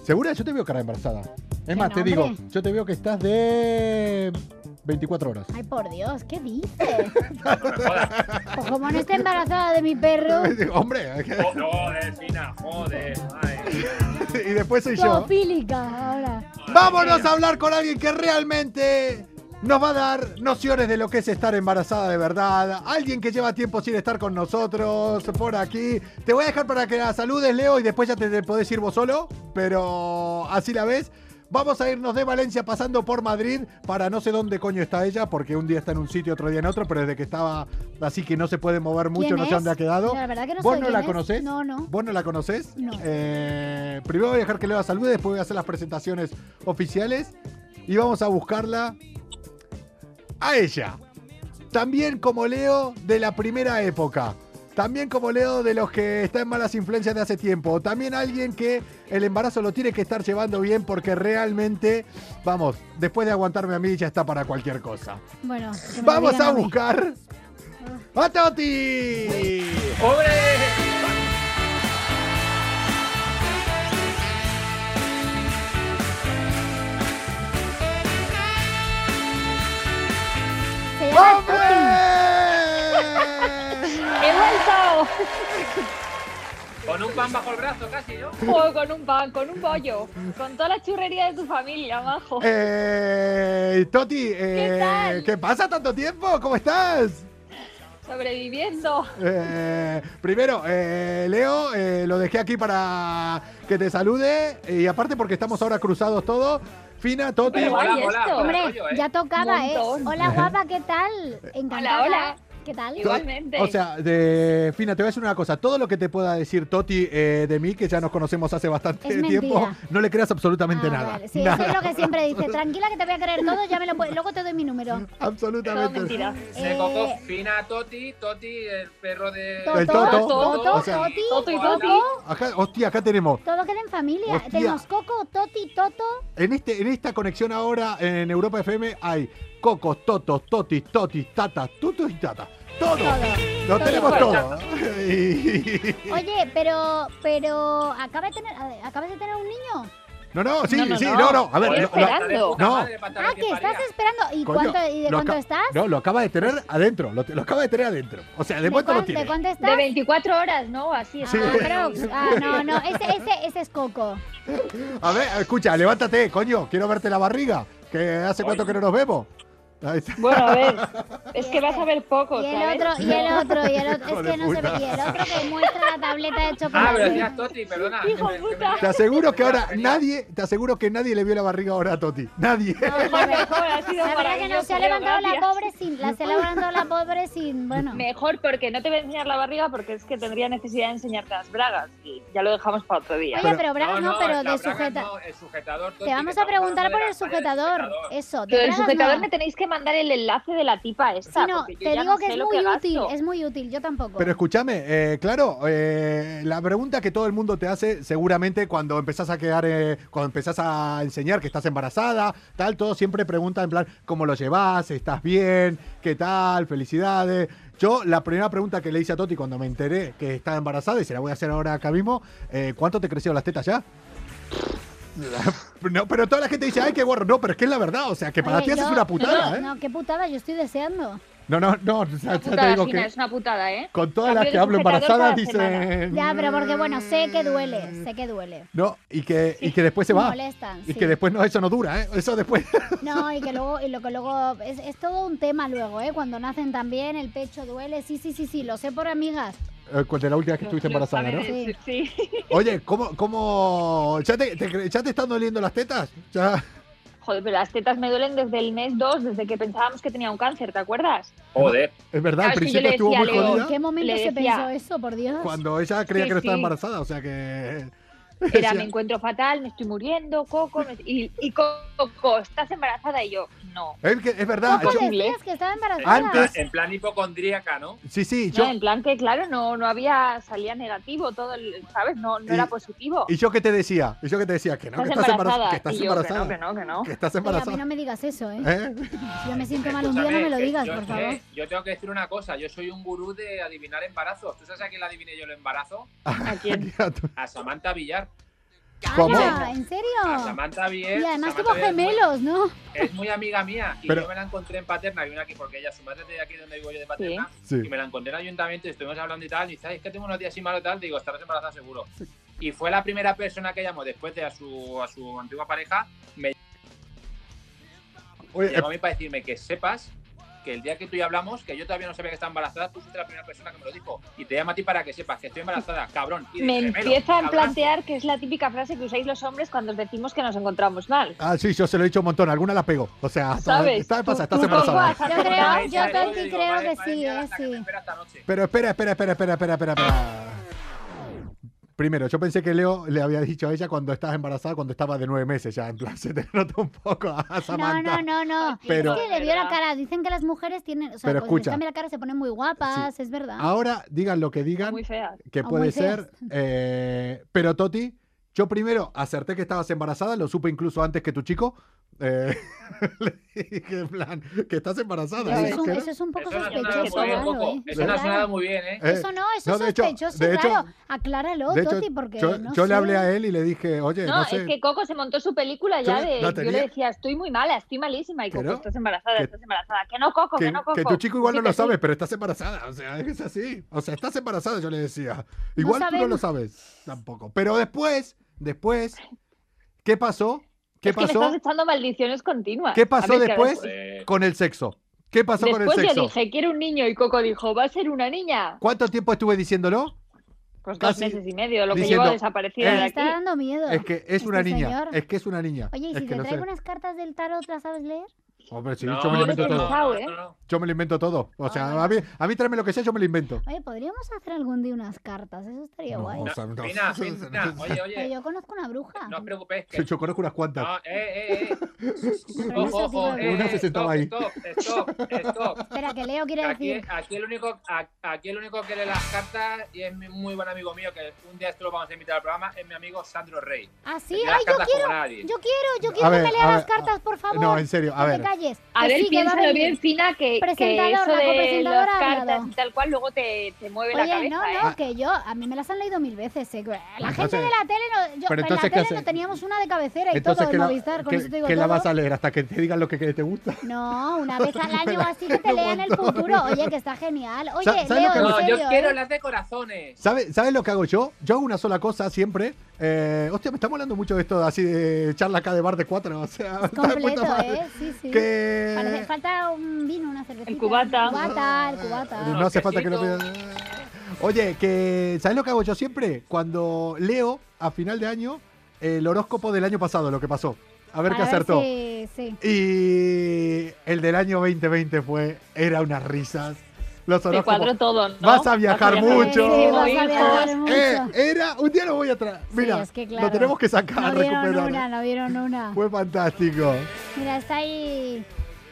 Speaker 2: ¿Segura? Yo te veo cara embarazada. Es
Speaker 3: Qué
Speaker 2: más, te
Speaker 3: nombre.
Speaker 2: digo, yo te veo que estás de 24 horas.
Speaker 3: Ay, por Dios, ¿qué dices?
Speaker 7: No me jodas.
Speaker 3: Pues como no esté embarazada de mi perro,
Speaker 2: Hombre,
Speaker 7: Oh, joder, Fina, joder. Ay,
Speaker 2: y después soy <laughs> yo.
Speaker 3: zoofílica ahora.
Speaker 2: Vámonos a hablar con alguien que realmente nos va a dar nociones de lo que es estar embarazada de verdad. Alguien que lleva tiempo sin estar con nosotros por aquí. Te voy a dejar para que la saludes, Leo, y después ya te te podés ir vos solo, pero así la ves. Vamos a irnos de Valencia pasando por Madrid para no sé dónde coño está ella, porque un día está en un sitio, otro día en otro, pero desde que estaba así que no se puede mover mucho,
Speaker 3: ¿Quién
Speaker 2: no sé
Speaker 3: es?
Speaker 2: dónde ha quedado.
Speaker 3: La verdad que no
Speaker 2: ¿Vos
Speaker 3: sé
Speaker 2: no
Speaker 3: quién
Speaker 2: la
Speaker 3: es.
Speaker 2: conocés?
Speaker 3: No, no.
Speaker 2: ¿Vos no la conocés?
Speaker 3: No.
Speaker 2: Eh, primero voy a dejar que Leo la salude, después voy a hacer las presentaciones oficiales y vamos a buscarla a ella. También como Leo de la primera época. También como Leo de los que está en malas influencias de hace tiempo. También alguien que el embarazo lo tiene que estar llevando bien porque realmente, vamos, después de aguantarme a mí ya está para cualquier cosa.
Speaker 3: Bueno, que me lo
Speaker 2: Vamos
Speaker 3: digan
Speaker 2: a
Speaker 3: mí.
Speaker 2: buscar a Toti.
Speaker 7: ¡Hombre!
Speaker 3: Se llama Toti.
Speaker 2: ¡Hombre!
Speaker 9: He vuelto.
Speaker 7: Con un pan bajo el brazo casi, ¿no?
Speaker 9: O con un pan, con un bollo. Con toda la churrería de tu familia, majo.
Speaker 2: Eh, Toti, eh,
Speaker 9: tal?
Speaker 2: ¿qué pasa tanto tiempo? ¿Cómo estás?
Speaker 9: Sobreviviendo.
Speaker 2: Eh, primero, eh, Leo, eh, lo dejé aquí para que te salude. Y aparte porque estamos ahora cruzados todos. Fina, Toti.
Speaker 9: Pero
Speaker 7: hola,
Speaker 9: guay
Speaker 7: hola,
Speaker 9: esto.
Speaker 7: hola,
Speaker 3: Hombre,
Speaker 7: rollo, ¿eh?
Speaker 3: ya tocaba, ¿eh?
Speaker 9: Montón.
Speaker 3: Hola, guapa, ¿qué tal? Encantada.
Speaker 9: hola.
Speaker 3: ¿Qué tal?
Speaker 2: To-
Speaker 9: Igualmente.
Speaker 2: O sea, de, Fina, te voy a decir una cosa. Todo lo que te pueda decir Toti eh, de mí, que ya nos conocemos hace bastante
Speaker 3: Es
Speaker 2: tiempo,
Speaker 3: mentira.
Speaker 2: no le creas absolutamente
Speaker 3: Ah,
Speaker 2: nada.
Speaker 3: vale. Sí,
Speaker 2: Nada.
Speaker 3: eso es lo que siempre
Speaker 2: <laughs>
Speaker 3: dice. Tranquila que te voy a creer todo, ya me lo puedes- Luego te doy mi número.
Speaker 9: Todo
Speaker 2: Absolutamente.
Speaker 9: mentira.
Speaker 7: Se
Speaker 3: Eh,
Speaker 7: cogió Fina Toti, Toti, el perro de.
Speaker 3: Toto,
Speaker 2: El Toto.
Speaker 3: Toto,
Speaker 2: O sea,
Speaker 3: Toti,
Speaker 9: Toto y
Speaker 3: Toto.
Speaker 9: Toti.
Speaker 2: Acá, hostia, acá tenemos.
Speaker 3: Todo queda en familia.
Speaker 2: Hostia.
Speaker 3: Tenemos Coco, Toti, Toto.
Speaker 2: En, este, en esta conexión ahora en Europa FM hay cocos, totos, totis, totis, tatas, tutos y tatas. Todo. Lo
Speaker 3: Todo.
Speaker 2: tenemos todo. <laughs>
Speaker 7: Todo.
Speaker 2: Y-
Speaker 3: Oye, pero, pero acaba de tener, acabas de tener un niño.
Speaker 2: No, no, sí,
Speaker 9: No, no,
Speaker 2: sí,
Speaker 9: no.
Speaker 2: no, no. A ver,
Speaker 9: Estoy
Speaker 2: lo- lo-
Speaker 9: esperando.
Speaker 2: No.
Speaker 3: Ah, que estás esperando. ¿Y
Speaker 2: coño,
Speaker 3: cuánto, y de
Speaker 2: lo
Speaker 3: cuánto
Speaker 2: aca-
Speaker 3: estás?
Speaker 2: No, lo acaba de tener adentro. Lo, te- lo acaba de tener adentro. O sea, de momento
Speaker 3: cuán-
Speaker 2: lo tiene.
Speaker 3: de cuánto estás?
Speaker 9: De 24 horas, ¿no? Así es.
Speaker 2: Sí.
Speaker 3: Ah, Crocs. Ah, no, no, ese, ese, ese es Coco.
Speaker 2: A ver, escucha, levántate, coño. Quiero verte la barriga. Que hace cuánto que no nos vemos. Ahí está.
Speaker 9: Bueno, a ver. Es que vas a ver poco,
Speaker 3: Este, Y el
Speaker 9: ¿sabes?
Speaker 3: otro, y el otro, y el
Speaker 2: Hijo
Speaker 3: otro. Es
Speaker 2: de
Speaker 3: que no se ve.
Speaker 2: puta.
Speaker 3: Y el otro que muestra la tableta de
Speaker 7: Ah, pero
Speaker 3: chocolate.
Speaker 7: decías Toti, perdona.
Speaker 9: Hijo de
Speaker 7: Que me- que
Speaker 9: puta.
Speaker 7: me-
Speaker 2: Te aseguro que ahora
Speaker 7: Venía, venía.
Speaker 2: nadie, te aseguro que nadie le vio la barriga ahora a Toti. Nadie. <laughs>
Speaker 9: Lo mejor, ha sido
Speaker 3: La verdad que no se
Speaker 9: maravilloso,
Speaker 3: ha levantado la
Speaker 9: gracias.
Speaker 3: pobre sin. La se ha levantado la pobre sin. Bueno.
Speaker 9: Mejor porque no te voy a enseñar la barriga porque es que tendría necesidad de enseñarte las bragas y ya lo dejamos para otro día.
Speaker 3: Oye, pero bragas no, pero
Speaker 7: la
Speaker 3: de
Speaker 7: braga
Speaker 3: sujeta.
Speaker 7: no, el sujetador, Toti,
Speaker 3: Te vamos
Speaker 7: que
Speaker 3: a
Speaker 7: estamos
Speaker 3: preguntar
Speaker 7: hablando
Speaker 3: por
Speaker 7: de
Speaker 3: el
Speaker 7: la talla del
Speaker 3: sujetador. Eh, Eso, de
Speaker 9: Pero el
Speaker 3: bragas
Speaker 9: sujetador
Speaker 3: no.
Speaker 9: me tenéis que mandar el enlace de la tipa esta.
Speaker 3: Sí, no,
Speaker 9: porque yo
Speaker 3: te
Speaker 9: ya
Speaker 3: digo
Speaker 9: no
Speaker 3: que
Speaker 9: sé
Speaker 3: es
Speaker 9: lo
Speaker 3: muy útil,
Speaker 9: gasto.
Speaker 3: es muy útil, yo tampoco.
Speaker 2: Pero escúchame, eh, claro, eh, la pregunta que todo el mundo te hace, seguramente cuando empezás a quedar, eh, cuando empezás a enseñar que estás embarazada, tal, todo siempre pregunta en plan, ¿cómo lo llevas? ¿Estás bien? ¿Qué tal? Felicidades. Yo, la primera pregunta que le hice a Toti cuando me enteré que estaba embarazada, y se la voy a hacer ahora acá mismo, eh, ¿cuánto te crecieron las tetas ya? <laughs> No, pero toda la gente dice, ay, qué guarro. No, pero es que es la verdad, o sea, que para
Speaker 3: Oye,
Speaker 2: ti haces
Speaker 3: yo-
Speaker 2: una putada, ¿eh?
Speaker 3: No, qué putada, yo estoy deseando.
Speaker 2: No, no, no, o sea,
Speaker 9: Una
Speaker 2: ya
Speaker 9: putada, Fina, es una putada, ¿eh?
Speaker 2: con todas
Speaker 9: Cambio
Speaker 2: las
Speaker 9: de
Speaker 2: que hablo
Speaker 9: sujetador
Speaker 2: embarazadas
Speaker 9: cada semana.
Speaker 2: dicen. Mm.
Speaker 3: Ya, pero porque bueno, sé que duele, sé que duele.
Speaker 2: No, y que, y que después se
Speaker 3: Me
Speaker 2: va.
Speaker 3: molestan,
Speaker 2: Y
Speaker 3: sí.
Speaker 2: que después no, eso no dura, ¿eh? Eso después. <laughs>
Speaker 3: No, y que luego, y lo que luego, es, es todo un tema luego, ¿eh? Cuando nacen también, el pecho duele, sí, sí, sí, sí, lo sé por amigas.
Speaker 2: Eh, De la última vez que
Speaker 9: Lo-
Speaker 2: estuviste
Speaker 9: lo
Speaker 2: embarazada, ¿no?
Speaker 9: sabe decir, Sí.
Speaker 2: Oye, ¿cómo, cómo? ¿Ya te, te cre- ya te están doliendo las tetas? Ya.
Speaker 9: Joder, pero las tetas me duelen desde el mes 2, desde que pensábamos que tenía un cáncer, ¿te acuerdas?
Speaker 7: Joder.
Speaker 2: Es verdad, al
Speaker 9: Claro, es
Speaker 2: principio
Speaker 9: que yo le
Speaker 2: estuvo
Speaker 9: decía a
Speaker 2: muy
Speaker 9: Leo,
Speaker 2: jodida
Speaker 3: ¿En qué momento
Speaker 9: Le
Speaker 3: se
Speaker 9: decía-
Speaker 3: pensó eso, por Dios?
Speaker 2: cuando ella creía
Speaker 9: Sí,
Speaker 2: que no estaba
Speaker 9: sí.
Speaker 2: embarazada, o sea <laughs> que.
Speaker 9: Era,
Speaker 2: Sí.
Speaker 9: me encuentro fatal, me estoy muriendo, Coco, me- y, y Coco, ¿estás embarazada? Y yo, no.
Speaker 2: Es, que- es verdad.
Speaker 3: ¿Cómo
Speaker 2: yo-
Speaker 9: le-
Speaker 3: decías que estaba embarazada?
Speaker 2: Antes-
Speaker 7: En plan hipocondríaca, ¿no?
Speaker 2: sí, sí,
Speaker 9: No,
Speaker 2: yo.
Speaker 9: en plan que, claro, no, no había, salía negativo todo, el, ¿sabes? No, no
Speaker 2: Y-
Speaker 9: era positivo.
Speaker 2: ¿Y yo qué te decía? ¿Y yo qué te decía? Que no, que
Speaker 9: estás
Speaker 2: estás embarazada.
Speaker 9: embarazada.
Speaker 2: Que estás
Speaker 9: Y yo,
Speaker 2: embarazada.
Speaker 9: Que no, que no,
Speaker 2: Que
Speaker 9: que no.
Speaker 2: estás
Speaker 3: Oye, a mí no
Speaker 2: embarazada.
Speaker 3: me digas eso, ¿eh?
Speaker 2: ¿Eh?
Speaker 3: Si yo me siento mal un día, no
Speaker 7: Escúchame,
Speaker 3: me lo
Speaker 7: que
Speaker 3: digas,
Speaker 7: yo,
Speaker 3: por
Speaker 7: eh,
Speaker 3: favor.
Speaker 7: yo tengo que decir una cosa, yo soy un gurú de adivinar embarazos. ¿Tú sabes a quién le adiviné yo el embarazo?
Speaker 9: ¿A quién?
Speaker 7: A Samantha Villar.
Speaker 2: ¿Cómo?
Speaker 3: Ala, ¿En serio?
Speaker 7: A Samantha Villar.
Speaker 3: Y además
Speaker 7: Samantha
Speaker 3: tuvo
Speaker 7: Villar es muy-
Speaker 3: gemelos, ¿no?
Speaker 7: Es muy amiga mía y
Speaker 2: Pero-
Speaker 7: yo me la encontré en Paterna, que vino aquí porque ella, su madre es de aquí donde vivo yo de Paterna.
Speaker 2: Sí.
Speaker 7: Y me la encontré en el ayuntamiento y estuvimos hablando y tal. Y dice, "Ay, es que tengo unos días así malos y tal. Digo, estarás embarazada seguro. Y fue la primera persona que llamó después de a su, a su antigua pareja.
Speaker 2: Oye, eh,
Speaker 7: Llamó a mí para decirme que sepas que el día que tú y hablamos, que yo todavía no sabía que estaba embarazada, tú fuiste la primera persona que me lo dijo. Y te llamo a ti para que sepas que estoy embarazada, cabrón. Y de
Speaker 9: Me
Speaker 7: gemelo,
Speaker 9: empiezan a
Speaker 7: cabrón.
Speaker 9: plantear que es la típica frase que usáis los hombres cuando os decimos que nos encontramos mal.
Speaker 2: Ah, sí, yo se lo he dicho un montón. Alguna la pego. O sea, está,
Speaker 9: ¿Sabes?
Speaker 2: está, pasa,
Speaker 9: Tú-
Speaker 2: estás
Speaker 9: tú
Speaker 2: embarazada.
Speaker 9: vas a-
Speaker 3: Yo creo,
Speaker 7: Ahí
Speaker 3: yo
Speaker 7: sale,
Speaker 3: casi
Speaker 7: digo,
Speaker 3: creo
Speaker 7: madre-
Speaker 3: que
Speaker 7: madre
Speaker 3: sí,
Speaker 7: mía,
Speaker 3: eh,
Speaker 7: la que me
Speaker 3: sí.
Speaker 7: espera esta noche.
Speaker 2: Pero espera, espera, espera, espera, espera, espera, espera. Primero, yo pensé que Leo le había dicho a ella cuando estabas embarazada, cuando estaba de nueve meses ya. En plan, se te nota un poco a
Speaker 3: No,
Speaker 2: Samantha.
Speaker 3: no, no, no.
Speaker 2: Pero-
Speaker 3: es que le vio la cara. Dicen que las mujeres tienen. O sea,
Speaker 2: Pero
Speaker 3: cuando
Speaker 2: escucha. Ah,
Speaker 3: les cambia la cara se ponen muy guapas, es verdad.
Speaker 2: Ahora digan lo que digan,
Speaker 9: Muy fea.
Speaker 2: que
Speaker 3: Ah,
Speaker 2: puede
Speaker 3: muy feas.
Speaker 2: ser. eh, pero Toti, yo primero acerté que estabas embarazada, lo supe incluso antes que tu chico. Eh, <laughs> le dije, en plan, que estás embarazada.
Speaker 3: eso, es un,
Speaker 2: ¿Qué no?
Speaker 3: eso es un poco
Speaker 7: Eso no ha sonado
Speaker 3: sospechoso.
Speaker 7: muy bien,
Speaker 3: raro,
Speaker 7: Coco.
Speaker 3: ¿eh?
Speaker 7: Eso no ha
Speaker 3: Raro.
Speaker 7: sonado muy bien, ¿eh?
Speaker 2: Eh,
Speaker 3: Eso no, eso
Speaker 2: no,
Speaker 3: es
Speaker 2: de hecho-
Speaker 3: sospechoso,
Speaker 2: de hecho-
Speaker 3: raro. Acláralo,
Speaker 2: de hecho,
Speaker 3: Toti, porque
Speaker 2: yo,
Speaker 3: no
Speaker 2: yo le
Speaker 3: sé.
Speaker 2: hablé a él y le dije, oye, no,
Speaker 9: No,
Speaker 2: sé,
Speaker 9: es que Coco se montó su película ya
Speaker 2: Yo
Speaker 9: de.
Speaker 2: no
Speaker 9: Yo
Speaker 2: tenía-
Speaker 9: le decía, estoy muy mala, estoy malísima. Y
Speaker 2: Que
Speaker 9: Coco,
Speaker 2: no,
Speaker 9: estás embarazada,
Speaker 2: que-
Speaker 9: estás embarazada. Que no, Coco, que,
Speaker 2: que,
Speaker 9: no, Coco. "Pues
Speaker 2: que tu chico igual no
Speaker 9: Sí,
Speaker 2: lo
Speaker 9: que sí.
Speaker 2: sabe, pero estás embarazada. O sea, es así. O sea, estás embarazada, yo le decía. Igual tú no
Speaker 3: sabemos.
Speaker 2: lo sabes tampoco. Pero después, después, ¿qué pasó? ¿Qué
Speaker 9: es Que me
Speaker 2: pasó
Speaker 9: estás echando maldiciones continuas.
Speaker 2: ¿Qué pasó
Speaker 9: A ver, que
Speaker 2: después?
Speaker 7: Joder.
Speaker 2: con el sexo? ¿Qué pasó
Speaker 9: Después
Speaker 2: con el
Speaker 9: yo
Speaker 2: sexo?
Speaker 9: dije, quiero un niño. Y Coco dijo, ¿va a ser una niña?
Speaker 2: ¿Cuánto tiempo estuve diciéndolo?
Speaker 9: Pues dos
Speaker 2: Casi
Speaker 9: meses y medio, lo que
Speaker 2: diciendo,
Speaker 9: llevo desaparecida
Speaker 2: eh,
Speaker 9: de
Speaker 3: Me
Speaker 9: aquí.
Speaker 3: está dando miedo.
Speaker 2: Es que es una
Speaker 3: este
Speaker 2: niña.
Speaker 3: señor.
Speaker 2: Es que es una niña.
Speaker 3: Oye, ¿y
Speaker 2: es
Speaker 3: si
Speaker 2: que
Speaker 3: te
Speaker 2: no
Speaker 3: traigo
Speaker 2: sé.
Speaker 3: unas cartas del tarot, las sabes leer?
Speaker 2: Hombre, sí,
Speaker 7: No,
Speaker 2: yo me lo
Speaker 9: yo
Speaker 2: invento
Speaker 9: no
Speaker 2: todo.
Speaker 9: tengo- pensado, ¿eh?
Speaker 7: no, no.
Speaker 2: Yo me lo invento todo. O sea,
Speaker 3: Ah.
Speaker 2: a mí, a mí tráeme lo que sea, yo me lo invento.
Speaker 3: Oye, podríamos hacer algún día unas cartas, eso estaría
Speaker 2: No,
Speaker 3: guay.
Speaker 2: o sea, no.
Speaker 7: Fina, Fina, oye,
Speaker 3: Pero
Speaker 7: oye,
Speaker 3: yo conozco una bruja.
Speaker 7: no os preocupéis que...
Speaker 2: Yo, yo conozco unas cuantas.
Speaker 7: No, eh, eh, eh.
Speaker 3: Pero
Speaker 7: Ojo,
Speaker 3: eso
Speaker 7: ojo,
Speaker 3: digo,
Speaker 7: eh,
Speaker 2: Una
Speaker 7: eh,
Speaker 2: se sentaba ahí.
Speaker 7: stop, Stop, stop, stop.
Speaker 3: <laughs> Espera, que Leo quiere
Speaker 7: Aquí,
Speaker 3: decir.
Speaker 7: aquí el único, a- aquí el único que lee las cartas y es mi muy buen amigo mío, que un día esto lo vamos a invitar al programa, es mi amigo Sandro Rey.
Speaker 3: Ah,
Speaker 7: Que
Speaker 3: sí,
Speaker 7: tiene
Speaker 3: ay,
Speaker 7: las
Speaker 3: yo
Speaker 7: cartas
Speaker 3: quiero,
Speaker 7: como nadie.
Speaker 3: yo quiero, yo
Speaker 2: A
Speaker 3: quiero
Speaker 2: ver,
Speaker 3: que me lea
Speaker 2: a
Speaker 3: las
Speaker 2: ver, a-
Speaker 3: cartas, por favor.
Speaker 2: No, en serio, a
Speaker 3: no
Speaker 2: ver.
Speaker 3: te calles.
Speaker 9: A
Speaker 3: Que
Speaker 9: ver,
Speaker 3: sí, que va a
Speaker 9: piénsalo
Speaker 3: venir.
Speaker 9: bien, Fina, que, que
Speaker 3: Presentadora,
Speaker 9: eso de
Speaker 3: copresentadora,
Speaker 9: las cartas
Speaker 3: hablado.
Speaker 9: y tal cual luego te, te mueve la
Speaker 3: Oye,
Speaker 9: cabeza,
Speaker 3: no,
Speaker 9: ¿eh?
Speaker 3: no, que yo, a mí me las han leído mil veces. eh, que La gente
Speaker 2: Entonces-
Speaker 3: de la tele, no, yo,
Speaker 2: Pero
Speaker 3: en la
Speaker 2: entonces, ¿qué
Speaker 3: tele
Speaker 2: hace?
Speaker 3: no teníamos una de cabecera y
Speaker 2: Entonces,
Speaker 3: todo
Speaker 2: ¿qué
Speaker 3: en
Speaker 2: la,
Speaker 3: Movistar, con
Speaker 2: qué-
Speaker 3: eso te digo
Speaker 2: qué la
Speaker 3: todo.
Speaker 2: vas a leer? Hasta que te digan lo que, que te gusta.
Speaker 3: No,
Speaker 2: <laughs>
Speaker 3: una vez al año o así que te lean el futuro. Oye, que está genial. Oye,
Speaker 2: ¿Sabes lo
Speaker 3: Leo,
Speaker 2: que-
Speaker 3: en
Speaker 7: No, yo
Speaker 3: serio,
Speaker 7: quiero
Speaker 3: ¿eh?
Speaker 7: las de corazones.
Speaker 2: ¿Sabes sabe lo que hago yo? Yo hago una sola cosa siempre. Eh, hostia, me estamos hablando mucho de esto, así de charla acá de bar de cuatro. O sea, está de puta
Speaker 3: Completo,
Speaker 2: madre.
Speaker 3: ¿eh? Sí, sí.
Speaker 2: Que...
Speaker 3: Parece- falta un vino, una cervecita.
Speaker 9: El cubata.
Speaker 3: El cubata, el cubata.
Speaker 2: No hace falta que lo
Speaker 7: Quesito.
Speaker 2: pidan. Oye, que ¿sabes lo que hago yo siempre? Cuando leo a final de año el horóscopo del año pasado, lo que pasó. A ver qué
Speaker 3: Para
Speaker 2: acertó.
Speaker 3: si- sí.
Speaker 2: Y el del año 2020 fue, era unas risas. Los
Speaker 9: Te cuadro
Speaker 2: horóscopos.
Speaker 9: todo, ¿no?
Speaker 2: Vas a viajar mucho.
Speaker 3: Sí, vas a viajar
Speaker 9: hijos.
Speaker 3: mucho.
Speaker 2: Eh, era, un día lo voy a traer.
Speaker 3: Sí,
Speaker 2: Mira,
Speaker 3: es que claro.
Speaker 2: lo tenemos que sacar,
Speaker 3: No vieron
Speaker 2: recuperar. ¿eh? Pues
Speaker 3: una, no vieron una.
Speaker 2: Fue fantástico.
Speaker 3: Mira, está ahí.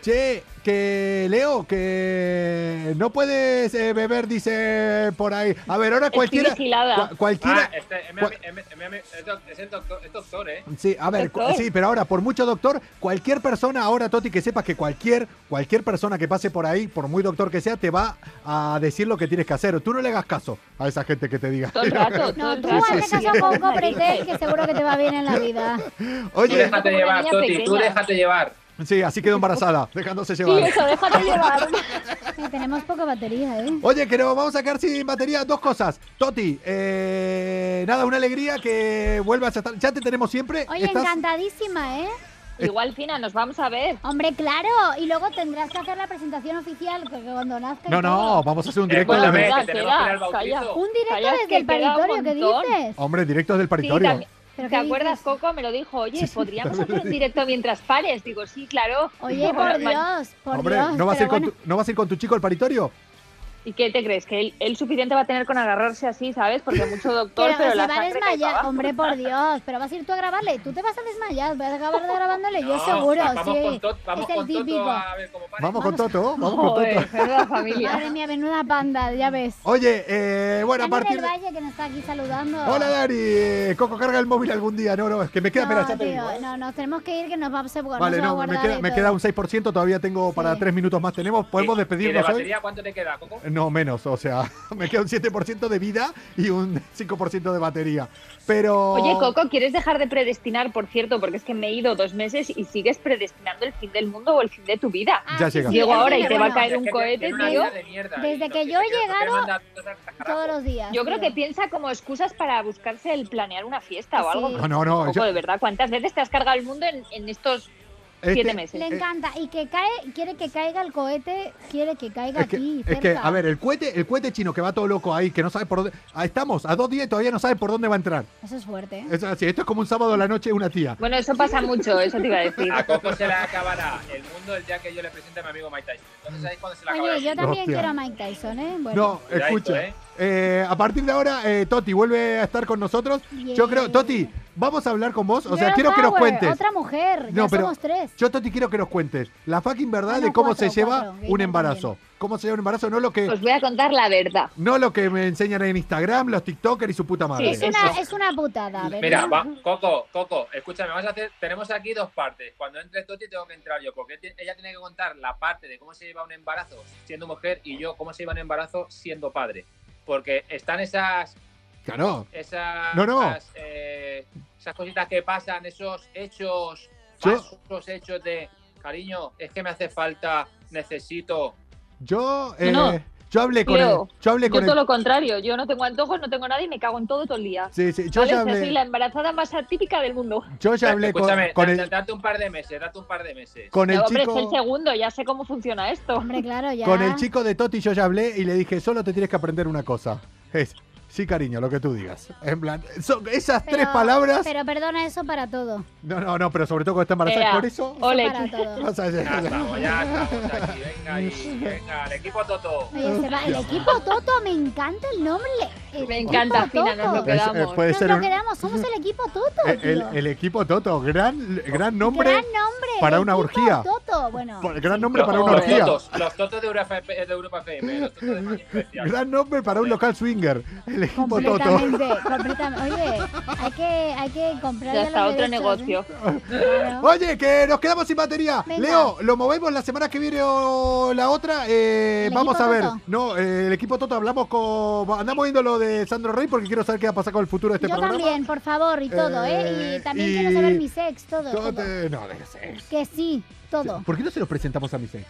Speaker 2: Che, que Leo, que no puedes eh, beber, dice por ahí. A ver, ahora
Speaker 9: Estoy
Speaker 2: cualquiera.
Speaker 9: vigilada.
Speaker 2: cua-
Speaker 7: Ah,
Speaker 2: cualquiera.
Speaker 7: este, es mi ami- es mi- es mi ami- es doc- es el doctor, es doctor, ¿eh?
Speaker 2: Sí, a ver, cu-
Speaker 9: Doctor.
Speaker 2: sí, pero ahora, por mucho doctor, cualquier persona, ahora Toti, que sepas que cualquier, cualquier persona que pase por ahí, por muy doctor que sea, te va a decir lo que tienes que hacer. Tú no le hagas caso a esa gente que te diga.
Speaker 9: Todo el rato, todo
Speaker 3: No,
Speaker 9: el
Speaker 3: tú
Speaker 9: rato.
Speaker 3: hazle caso a
Speaker 9: <laughs>
Speaker 3: Coco Pretel, que seguro que te va bien en la vida.
Speaker 7: Tú
Speaker 2: <laughs> Oye,
Speaker 7: déjate
Speaker 9: Como una
Speaker 7: llevar,
Speaker 9: niña
Speaker 7: Toti, tú
Speaker 9: pequeña.
Speaker 7: déjate llevar.
Speaker 2: sí, así quedó embarazada, <laughs> dejándose
Speaker 9: Sí,
Speaker 2: llevar. <laughs>
Speaker 9: eso, déjate llevar.
Speaker 3: Eh, tenemos poca batería, ¿eh?
Speaker 2: Oye, que nos vamos a quedar sin batería. Dos cosas. Toti, eh, nada, una alegría que vuelvas a estar. Ya te tenemos siempre.
Speaker 3: Oye,
Speaker 2: Estás-
Speaker 3: encantadísima, ¿eh?
Speaker 9: Igual, Fina, nos vamos a ver.
Speaker 3: Hombre, claro. Y luego tendrás que hacer la presentación oficial que- que cuando nazca. y
Speaker 2: No, no,
Speaker 3: todo.
Speaker 2: vamos a hacer un
Speaker 7: Eh,
Speaker 2: directo.
Speaker 9: Bueno,
Speaker 7: Escúchame,
Speaker 2: desde-
Speaker 9: espera,
Speaker 7: que tenemos que ir al
Speaker 9: espera, calla.
Speaker 7: bautizo.
Speaker 3: Un directo
Speaker 9: Calla, es
Speaker 3: desde
Speaker 9: que
Speaker 3: el
Speaker 9: queda un
Speaker 3: paritorio, ¿qué
Speaker 9: montón.
Speaker 3: dices?
Speaker 2: Hombre, directos del
Speaker 9: Sí,
Speaker 2: paritorio.
Speaker 9: también-
Speaker 3: ¿Pero
Speaker 9: ¿Te
Speaker 3: qué
Speaker 9: acuerdas,
Speaker 3: dices?
Speaker 9: Coco? Me lo dijo, oye, podríamos hacer un directo mientras pares. Digo, sí, claro.
Speaker 3: Oye, por Dios, por
Speaker 2: Hombre,
Speaker 3: Dios.
Speaker 2: ¿no, vas a ir
Speaker 3: pero
Speaker 2: con
Speaker 3: bueno.
Speaker 2: tu- ¿no vas a ir con tu chico al paritorio?
Speaker 9: ¿Y qué te crees? Que él, él suficiente va a tener con agarrarse así, ¿sabes? Porque
Speaker 3: <laughs>
Speaker 9: mucho doctor,
Speaker 3: Pero
Speaker 9: pero
Speaker 3: se
Speaker 9: la
Speaker 3: va a
Speaker 9: sangre cae para
Speaker 3: desmayar,
Speaker 9: abajo.
Speaker 3: hombre, por Dios. Pero vas a ir tú a grabarle. Tú te vas a desmayar. Vas a acabar de grabándole, yo
Speaker 7: No,
Speaker 3: seguro.
Speaker 7: Vamos
Speaker 3: sí.
Speaker 7: con Tot- vamos
Speaker 3: es el
Speaker 7: con Toto
Speaker 3: típico.
Speaker 7: a ver cómo para.
Speaker 2: Vamos, con Toto, vamos con Toto.
Speaker 9: Joder, verdad, familia.
Speaker 3: Madre mía, menuda panda, ya ves.
Speaker 2: Oye, eh, bueno, a
Speaker 3: Dani
Speaker 2: partir
Speaker 3: del
Speaker 2: de...
Speaker 3: Valle que nos está aquí saludando.
Speaker 2: Hola, Dari. Eh, Coco, carga el móvil algún día. No, no, es que me queda...
Speaker 3: no,
Speaker 2: espera, ya te
Speaker 3: tío,
Speaker 2: digo, eh.
Speaker 3: no, nos tenemos que ir que nos vamos a nos
Speaker 2: Vale,
Speaker 3: va a
Speaker 2: no, me
Speaker 3: guardar
Speaker 2: queda,
Speaker 3: y
Speaker 2: me
Speaker 3: todo.
Speaker 2: queda un 6%, todavía tengo para
Speaker 3: Sí.
Speaker 2: tres minutos más tenemos. ¿Podemos
Speaker 7: ¿Y- ¿Y de
Speaker 2: despedirnos hoy? Eh,
Speaker 7: batería cuánto te queda, Coco?
Speaker 2: No, menos, o sea, <laughs> me queda un 7% de vida y un 5% de batería. Pero.
Speaker 9: Oye, Coco, ¿quieres dejar de predestinar, por cierto? Porque es que me he ido dos meses y sigues predestinando el fin del mundo o el fin de tu vida.
Speaker 3: Ah,
Speaker 2: Ya
Speaker 3: sí,
Speaker 2: llega.
Speaker 3: sí,
Speaker 9: Llego
Speaker 3: eso
Speaker 9: ahora
Speaker 3: sí
Speaker 9: y
Speaker 3: que
Speaker 9: te va a
Speaker 3: bueno.
Speaker 9: caer un
Speaker 7: Es que
Speaker 9: cohete,
Speaker 7: tiene una
Speaker 9: tío.
Speaker 7: vida de mierda
Speaker 3: Desde
Speaker 7: y no
Speaker 3: que
Speaker 7: sé
Speaker 3: yo
Speaker 7: qué,
Speaker 3: he
Speaker 7: nos
Speaker 3: llegado,
Speaker 7: quieren mandar todos al carajo.
Speaker 3: Todos los días.
Speaker 9: Yo creo
Speaker 3: tío.
Speaker 9: que piensa como excusas para buscarse el planear una fiesta o algo.
Speaker 3: Sí.
Speaker 2: No, no, no.
Speaker 9: Coco,
Speaker 2: yo-
Speaker 9: de verdad, ¿cuántas veces te has cargado el mundo en, en estos Siete
Speaker 2: Este-
Speaker 9: meses.
Speaker 3: Le
Speaker 2: Eh,
Speaker 3: encanta. Y que cae, quiere que caiga el cohete, quiere que caiga
Speaker 2: Es que,
Speaker 3: aquí.
Speaker 2: es que,
Speaker 3: cerca.
Speaker 2: a ver, el cohete, el cohete chino que va todo loco ahí, que no sabe por dónde. ah, estamos, a dos días y todavía no sabe por dónde va a entrar.
Speaker 3: Eso es fuerte. ¿eh?
Speaker 2: Es así, esto es como un sábado a la noche una tía.
Speaker 9: Bueno, eso pasa mucho, eso te iba
Speaker 2: <laughs>
Speaker 9: a decir.
Speaker 2: Ah,
Speaker 7: A Coco se le acabará el mundo el día que yo le presente a mi amigo Mike Tyson. Entonces ahí es cuando se le acabará.
Speaker 3: Oye,
Speaker 7: el
Speaker 3: yo
Speaker 7: mundo.
Speaker 3: también
Speaker 2: Hostia.
Speaker 3: quiero a Mike Tyson, ¿eh? Bueno,
Speaker 2: no,
Speaker 7: Cuidadito,
Speaker 2: escucha.
Speaker 7: ¿eh?
Speaker 2: eh, a partir de ahora, eh, Toti vuelve a estar con nosotros. Yo creo,
Speaker 3: Yeah.
Speaker 2: Toti, vamos a hablar con vos. O sea,
Speaker 3: Girl
Speaker 2: quiero que nos
Speaker 3: power,
Speaker 2: cuentes.
Speaker 3: eh, Otra mujer,
Speaker 2: No,
Speaker 3: ya
Speaker 2: pero-
Speaker 3: somos tres.
Speaker 2: Yo, Toti, quiero que nos cuentes la fucking verdad
Speaker 3: Ah,
Speaker 2: de
Speaker 3: no,
Speaker 2: cómo
Speaker 3: cuatro,
Speaker 2: se lleva
Speaker 3: cuatro, gamer
Speaker 2: un embarazo. Cómo se lleva un embarazo, no lo que
Speaker 9: Os voy a contar la verdad.
Speaker 2: no lo que me enseñan en Instagram, los TikTokers y su puta madre.
Speaker 3: es, una, es una putada, ¿verdad?
Speaker 7: Mira, va- Coco, Coco, escúchame, vamos a hacer, tenemos aquí dos partes. Cuando entre Toti tengo que entrar yo, porque ti- ella tiene que contar la parte de cómo se lleva un embarazo siendo mujer y yo cómo se lleva un embarazo siendo padre. Porque están esas,
Speaker 2: Claro.
Speaker 7: esas,
Speaker 2: No, no.
Speaker 7: esas, eh, esas cositas que pasan, esos hechos,
Speaker 2: Yo-
Speaker 7: pasos hechos de, cariño, es que me hace falta, necesito.
Speaker 2: Yo, eh,
Speaker 9: No, no.
Speaker 2: yo hablé con
Speaker 9: Leo,
Speaker 2: el- yo hablé
Speaker 9: Yo
Speaker 2: con el-
Speaker 9: todo lo contrario, yo no tengo antojos, no tengo nada y me cago en todo todo el día.
Speaker 2: Sí, sí, yo
Speaker 9: ¿Vale?
Speaker 2: ya
Speaker 9: O sea, soy
Speaker 2: hablé,
Speaker 9: la embarazada más atípica del mundo.
Speaker 2: yo ya hablé con,
Speaker 7: escúchame,
Speaker 2: con
Speaker 7: da-
Speaker 2: el,
Speaker 7: date un par de meses, date un par de meses.
Speaker 2: con el
Speaker 9: No, hombre, es el
Speaker 2: chico.
Speaker 9: segundo, ya sé cómo funciona esto.
Speaker 3: Hombre, claro, ya.
Speaker 2: Con el chico de Toti yo ya hablé y le dije, solo te tienes que aprender una cosa. Es, sí, cariño, lo que tú digas. En plan, son esas
Speaker 3: Pero-
Speaker 2: tres palabras.
Speaker 3: Pero perdona eso para todo.
Speaker 2: No, no, no, pero sobre todo cuando está embarazada,
Speaker 9: Espera.
Speaker 2: por eso.
Speaker 9: Ole.
Speaker 2: <laughs>
Speaker 3: Para todo.
Speaker 2: vas a
Speaker 7: Ya
Speaker 2: llegar.
Speaker 7: estamos, ya estamos aquí,
Speaker 2: <laughs>
Speaker 7: venga, y, venga, el equipo Toto.
Speaker 3: Oye, se va- el equipo Toto, me encanta el nombre. el
Speaker 9: Me
Speaker 3: equipo
Speaker 9: encanta, Fina, nos lo
Speaker 2: Es-
Speaker 3: Toto.
Speaker 2: eh,
Speaker 9: quedamos.
Speaker 2: puede
Speaker 3: Nos
Speaker 2: ser
Speaker 3: lo
Speaker 2: un-
Speaker 3: quedamos, somos el equipo Toto.
Speaker 2: eh, el,
Speaker 3: tío.
Speaker 2: el equipo Toto, gran, gran nombre.
Speaker 3: Gran nombre.
Speaker 2: para
Speaker 3: el
Speaker 2: una
Speaker 3: equipo
Speaker 2: orgía.
Speaker 3: Toto, bueno.
Speaker 2: pa- gran nombre para
Speaker 7: Los-
Speaker 2: una orgía.
Speaker 7: Los totos, los totos de Europa, de Europa FM. Los totos de España Especial.
Speaker 2: Gran nombre para un local swinger. El equipo Toto.
Speaker 3: Completamente, completamente. Oye, hay que, hay que comprar
Speaker 9: Ya
Speaker 3: los
Speaker 9: está, otro
Speaker 3: derechos,
Speaker 9: negocio.
Speaker 3: ¿eh? Claro.
Speaker 2: Oye, que nos quedamos sin batería.
Speaker 3: Venga.
Speaker 2: Leo, lo movemos la semana que viene o la otra. Eh,
Speaker 3: ¿El
Speaker 2: vamos
Speaker 3: equipo
Speaker 2: a ver.
Speaker 3: Toto?
Speaker 2: No, eh, el equipo Toto hablamos con. Andamos viendo lo de Sandro Rey porque quiero saber qué va a pasar con el futuro de este
Speaker 3: Yo
Speaker 2: programa.
Speaker 3: también, por favor, y todo, ¿eh?
Speaker 2: Eh,
Speaker 3: Y también
Speaker 2: y-
Speaker 3: quiero saber mi sex, todo.
Speaker 2: Todo
Speaker 3: todo.
Speaker 2: te- No, déjese.
Speaker 3: Que sí, todo.
Speaker 2: ¿Por qué no se los presentamos a mi sex?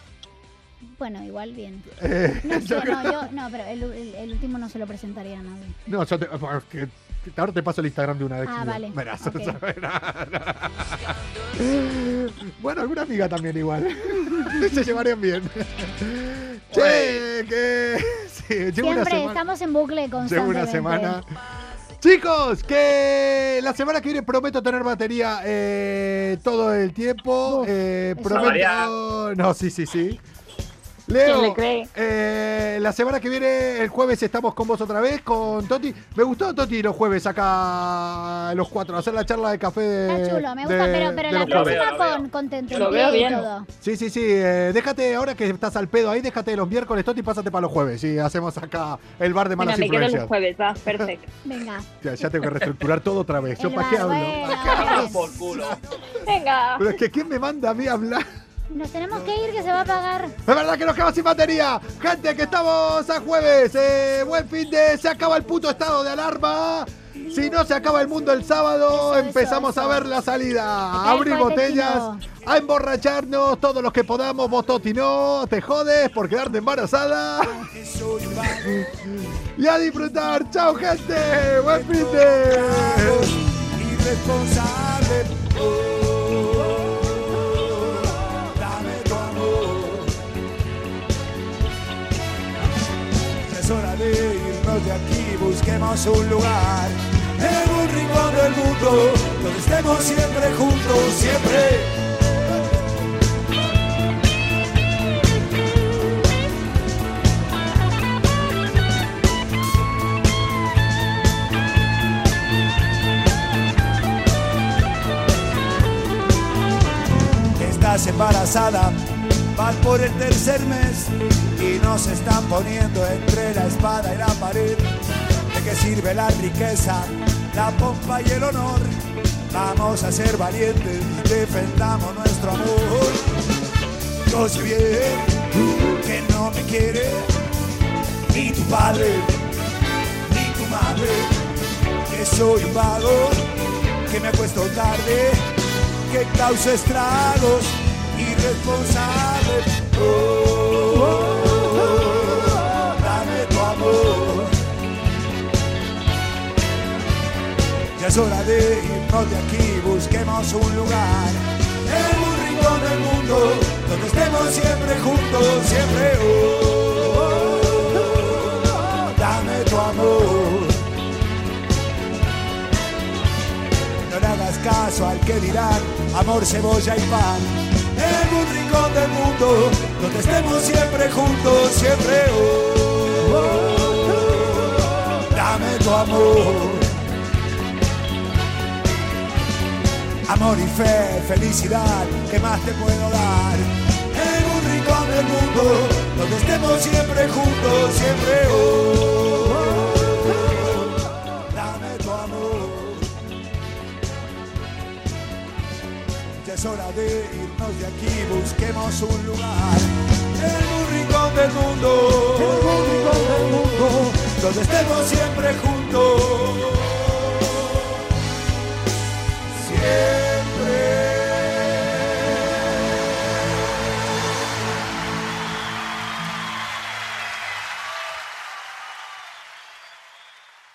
Speaker 3: Bueno, igual
Speaker 2: <laughs>
Speaker 3: bien.
Speaker 2: Eh,
Speaker 3: No
Speaker 2: yo
Speaker 3: sé,
Speaker 2: creo-
Speaker 3: no, yo, no, pero el, el- el último no se lo presentaría a nadie.
Speaker 2: No, yo te, ah, porque- ahora te paso el Instagram de una vez.
Speaker 3: Ah, vale.
Speaker 2: Verás, <laughs>
Speaker 3: Ok.
Speaker 2: verás. Bueno, alguna amiga también igual. <laughs> Se llevarían bien. che, que... Sí, llevo una
Speaker 3: Siempre
Speaker 2: semana.
Speaker 3: estamos en bucle
Speaker 2: Llevo
Speaker 3: constantemente.
Speaker 2: una semana. Chicos, que la semana que viene prometo tener batería eh, todo el tiempo.
Speaker 3: Uf,
Speaker 2: eh,
Speaker 3: eso.
Speaker 2: prometo. No, sí, sí, sí. Leo,
Speaker 9: ¿Quién le cree?
Speaker 2: eh, la semana que viene, el jueves, estamos con vos otra vez, con Toti. Me gustó Toti los jueves acá, los cuatro, hacer la charla de café. de-
Speaker 3: Está chulo, me gusta,
Speaker 2: de-
Speaker 3: pero, pero
Speaker 2: de
Speaker 3: la
Speaker 2: los jueves.
Speaker 3: próxima
Speaker 7: Lo veo, lo
Speaker 3: con, con tentempié
Speaker 9: Lo veo
Speaker 3: y
Speaker 9: bien.
Speaker 3: todo.
Speaker 2: Sí, sí, sí. eh, déjate, ahora que estás al pedo ahí, déjate los miércoles, Toti, pásate para los jueves. Y hacemos acá el bar de
Speaker 9: Venga,
Speaker 2: malas
Speaker 9: me quedo
Speaker 2: influencias.
Speaker 9: los jueves, va,
Speaker 2: <laughs>
Speaker 9: perfecto.
Speaker 3: Venga.
Speaker 2: Ya, ya tengo que reestructurar todo otra vez. Yo
Speaker 3: el
Speaker 2: para qué
Speaker 3: bar,
Speaker 2: hablo.
Speaker 9: <laughs>
Speaker 3: bueno,
Speaker 7: Cagado
Speaker 3: bien.
Speaker 7: por culo.
Speaker 9: Venga.
Speaker 2: Pero es que ¿quién me manda a mí a hablar?
Speaker 3: Nos tenemos que ir que se va a pagar.
Speaker 2: Es verdad que nos quedamos sin batería. Gente, que estamos a jueves. eh, buen fin de... Se acaba el puto estado de alarma. Si no se acaba el mundo el sábado,
Speaker 3: Eso, eso,
Speaker 2: empezamos
Speaker 3: eso.
Speaker 2: a ver la salida.
Speaker 3: Te
Speaker 2: A
Speaker 3: cae el
Speaker 2: abrir
Speaker 3: cohete
Speaker 2: botellas, a emborracharnos, todos los que podamos. Vos, Toti, no. Te jodes por quedarte embarazada. <laughs> y a disfrutar. Chao, gente. Buen fin de...
Speaker 6: Irresponsable. Oh, dame tu amor. Es hora de irnos de aquí, busquemos un lugar en un rincón del mundo donde estemos siempre juntos, siempre. Estás embarazada, vas por el tercer mes y nos están poniendo entre la espada y la pared. ¿De qué sirve la riqueza, la pompa y el honor? Vamos a ser valientes, defendamos nuestro amor. Yo sé bien que no me quiere ni tu padre, ni tu madre, que soy un vago, que me acuesto tarde que causa estragos irresponsable. Oh, oh, oh, dame tu amor. Ya es hora de irnos de aquí, busquemos un lugar en un rincón rincón del mundo, donde estemos siempre juntos, siempre. oh, oh, oh, dame tu amor. No le hagas caso al que dirán, amor, cebolla y pan. En un rincón del mundo, donde estemos siempre juntos, siempre. oh, oh, oh, dame tu amor. Amor y fe, felicidad, ¿qué más te puedo dar? En un rincón del mundo, donde estemos siempre juntos, siempre. oh, oh, oh, dame tu amor. Ya es hora de irnos de aquí, busquemos un lugar. En un rincón del mundo, en un rincón del mundo, donde estemos siempre juntos.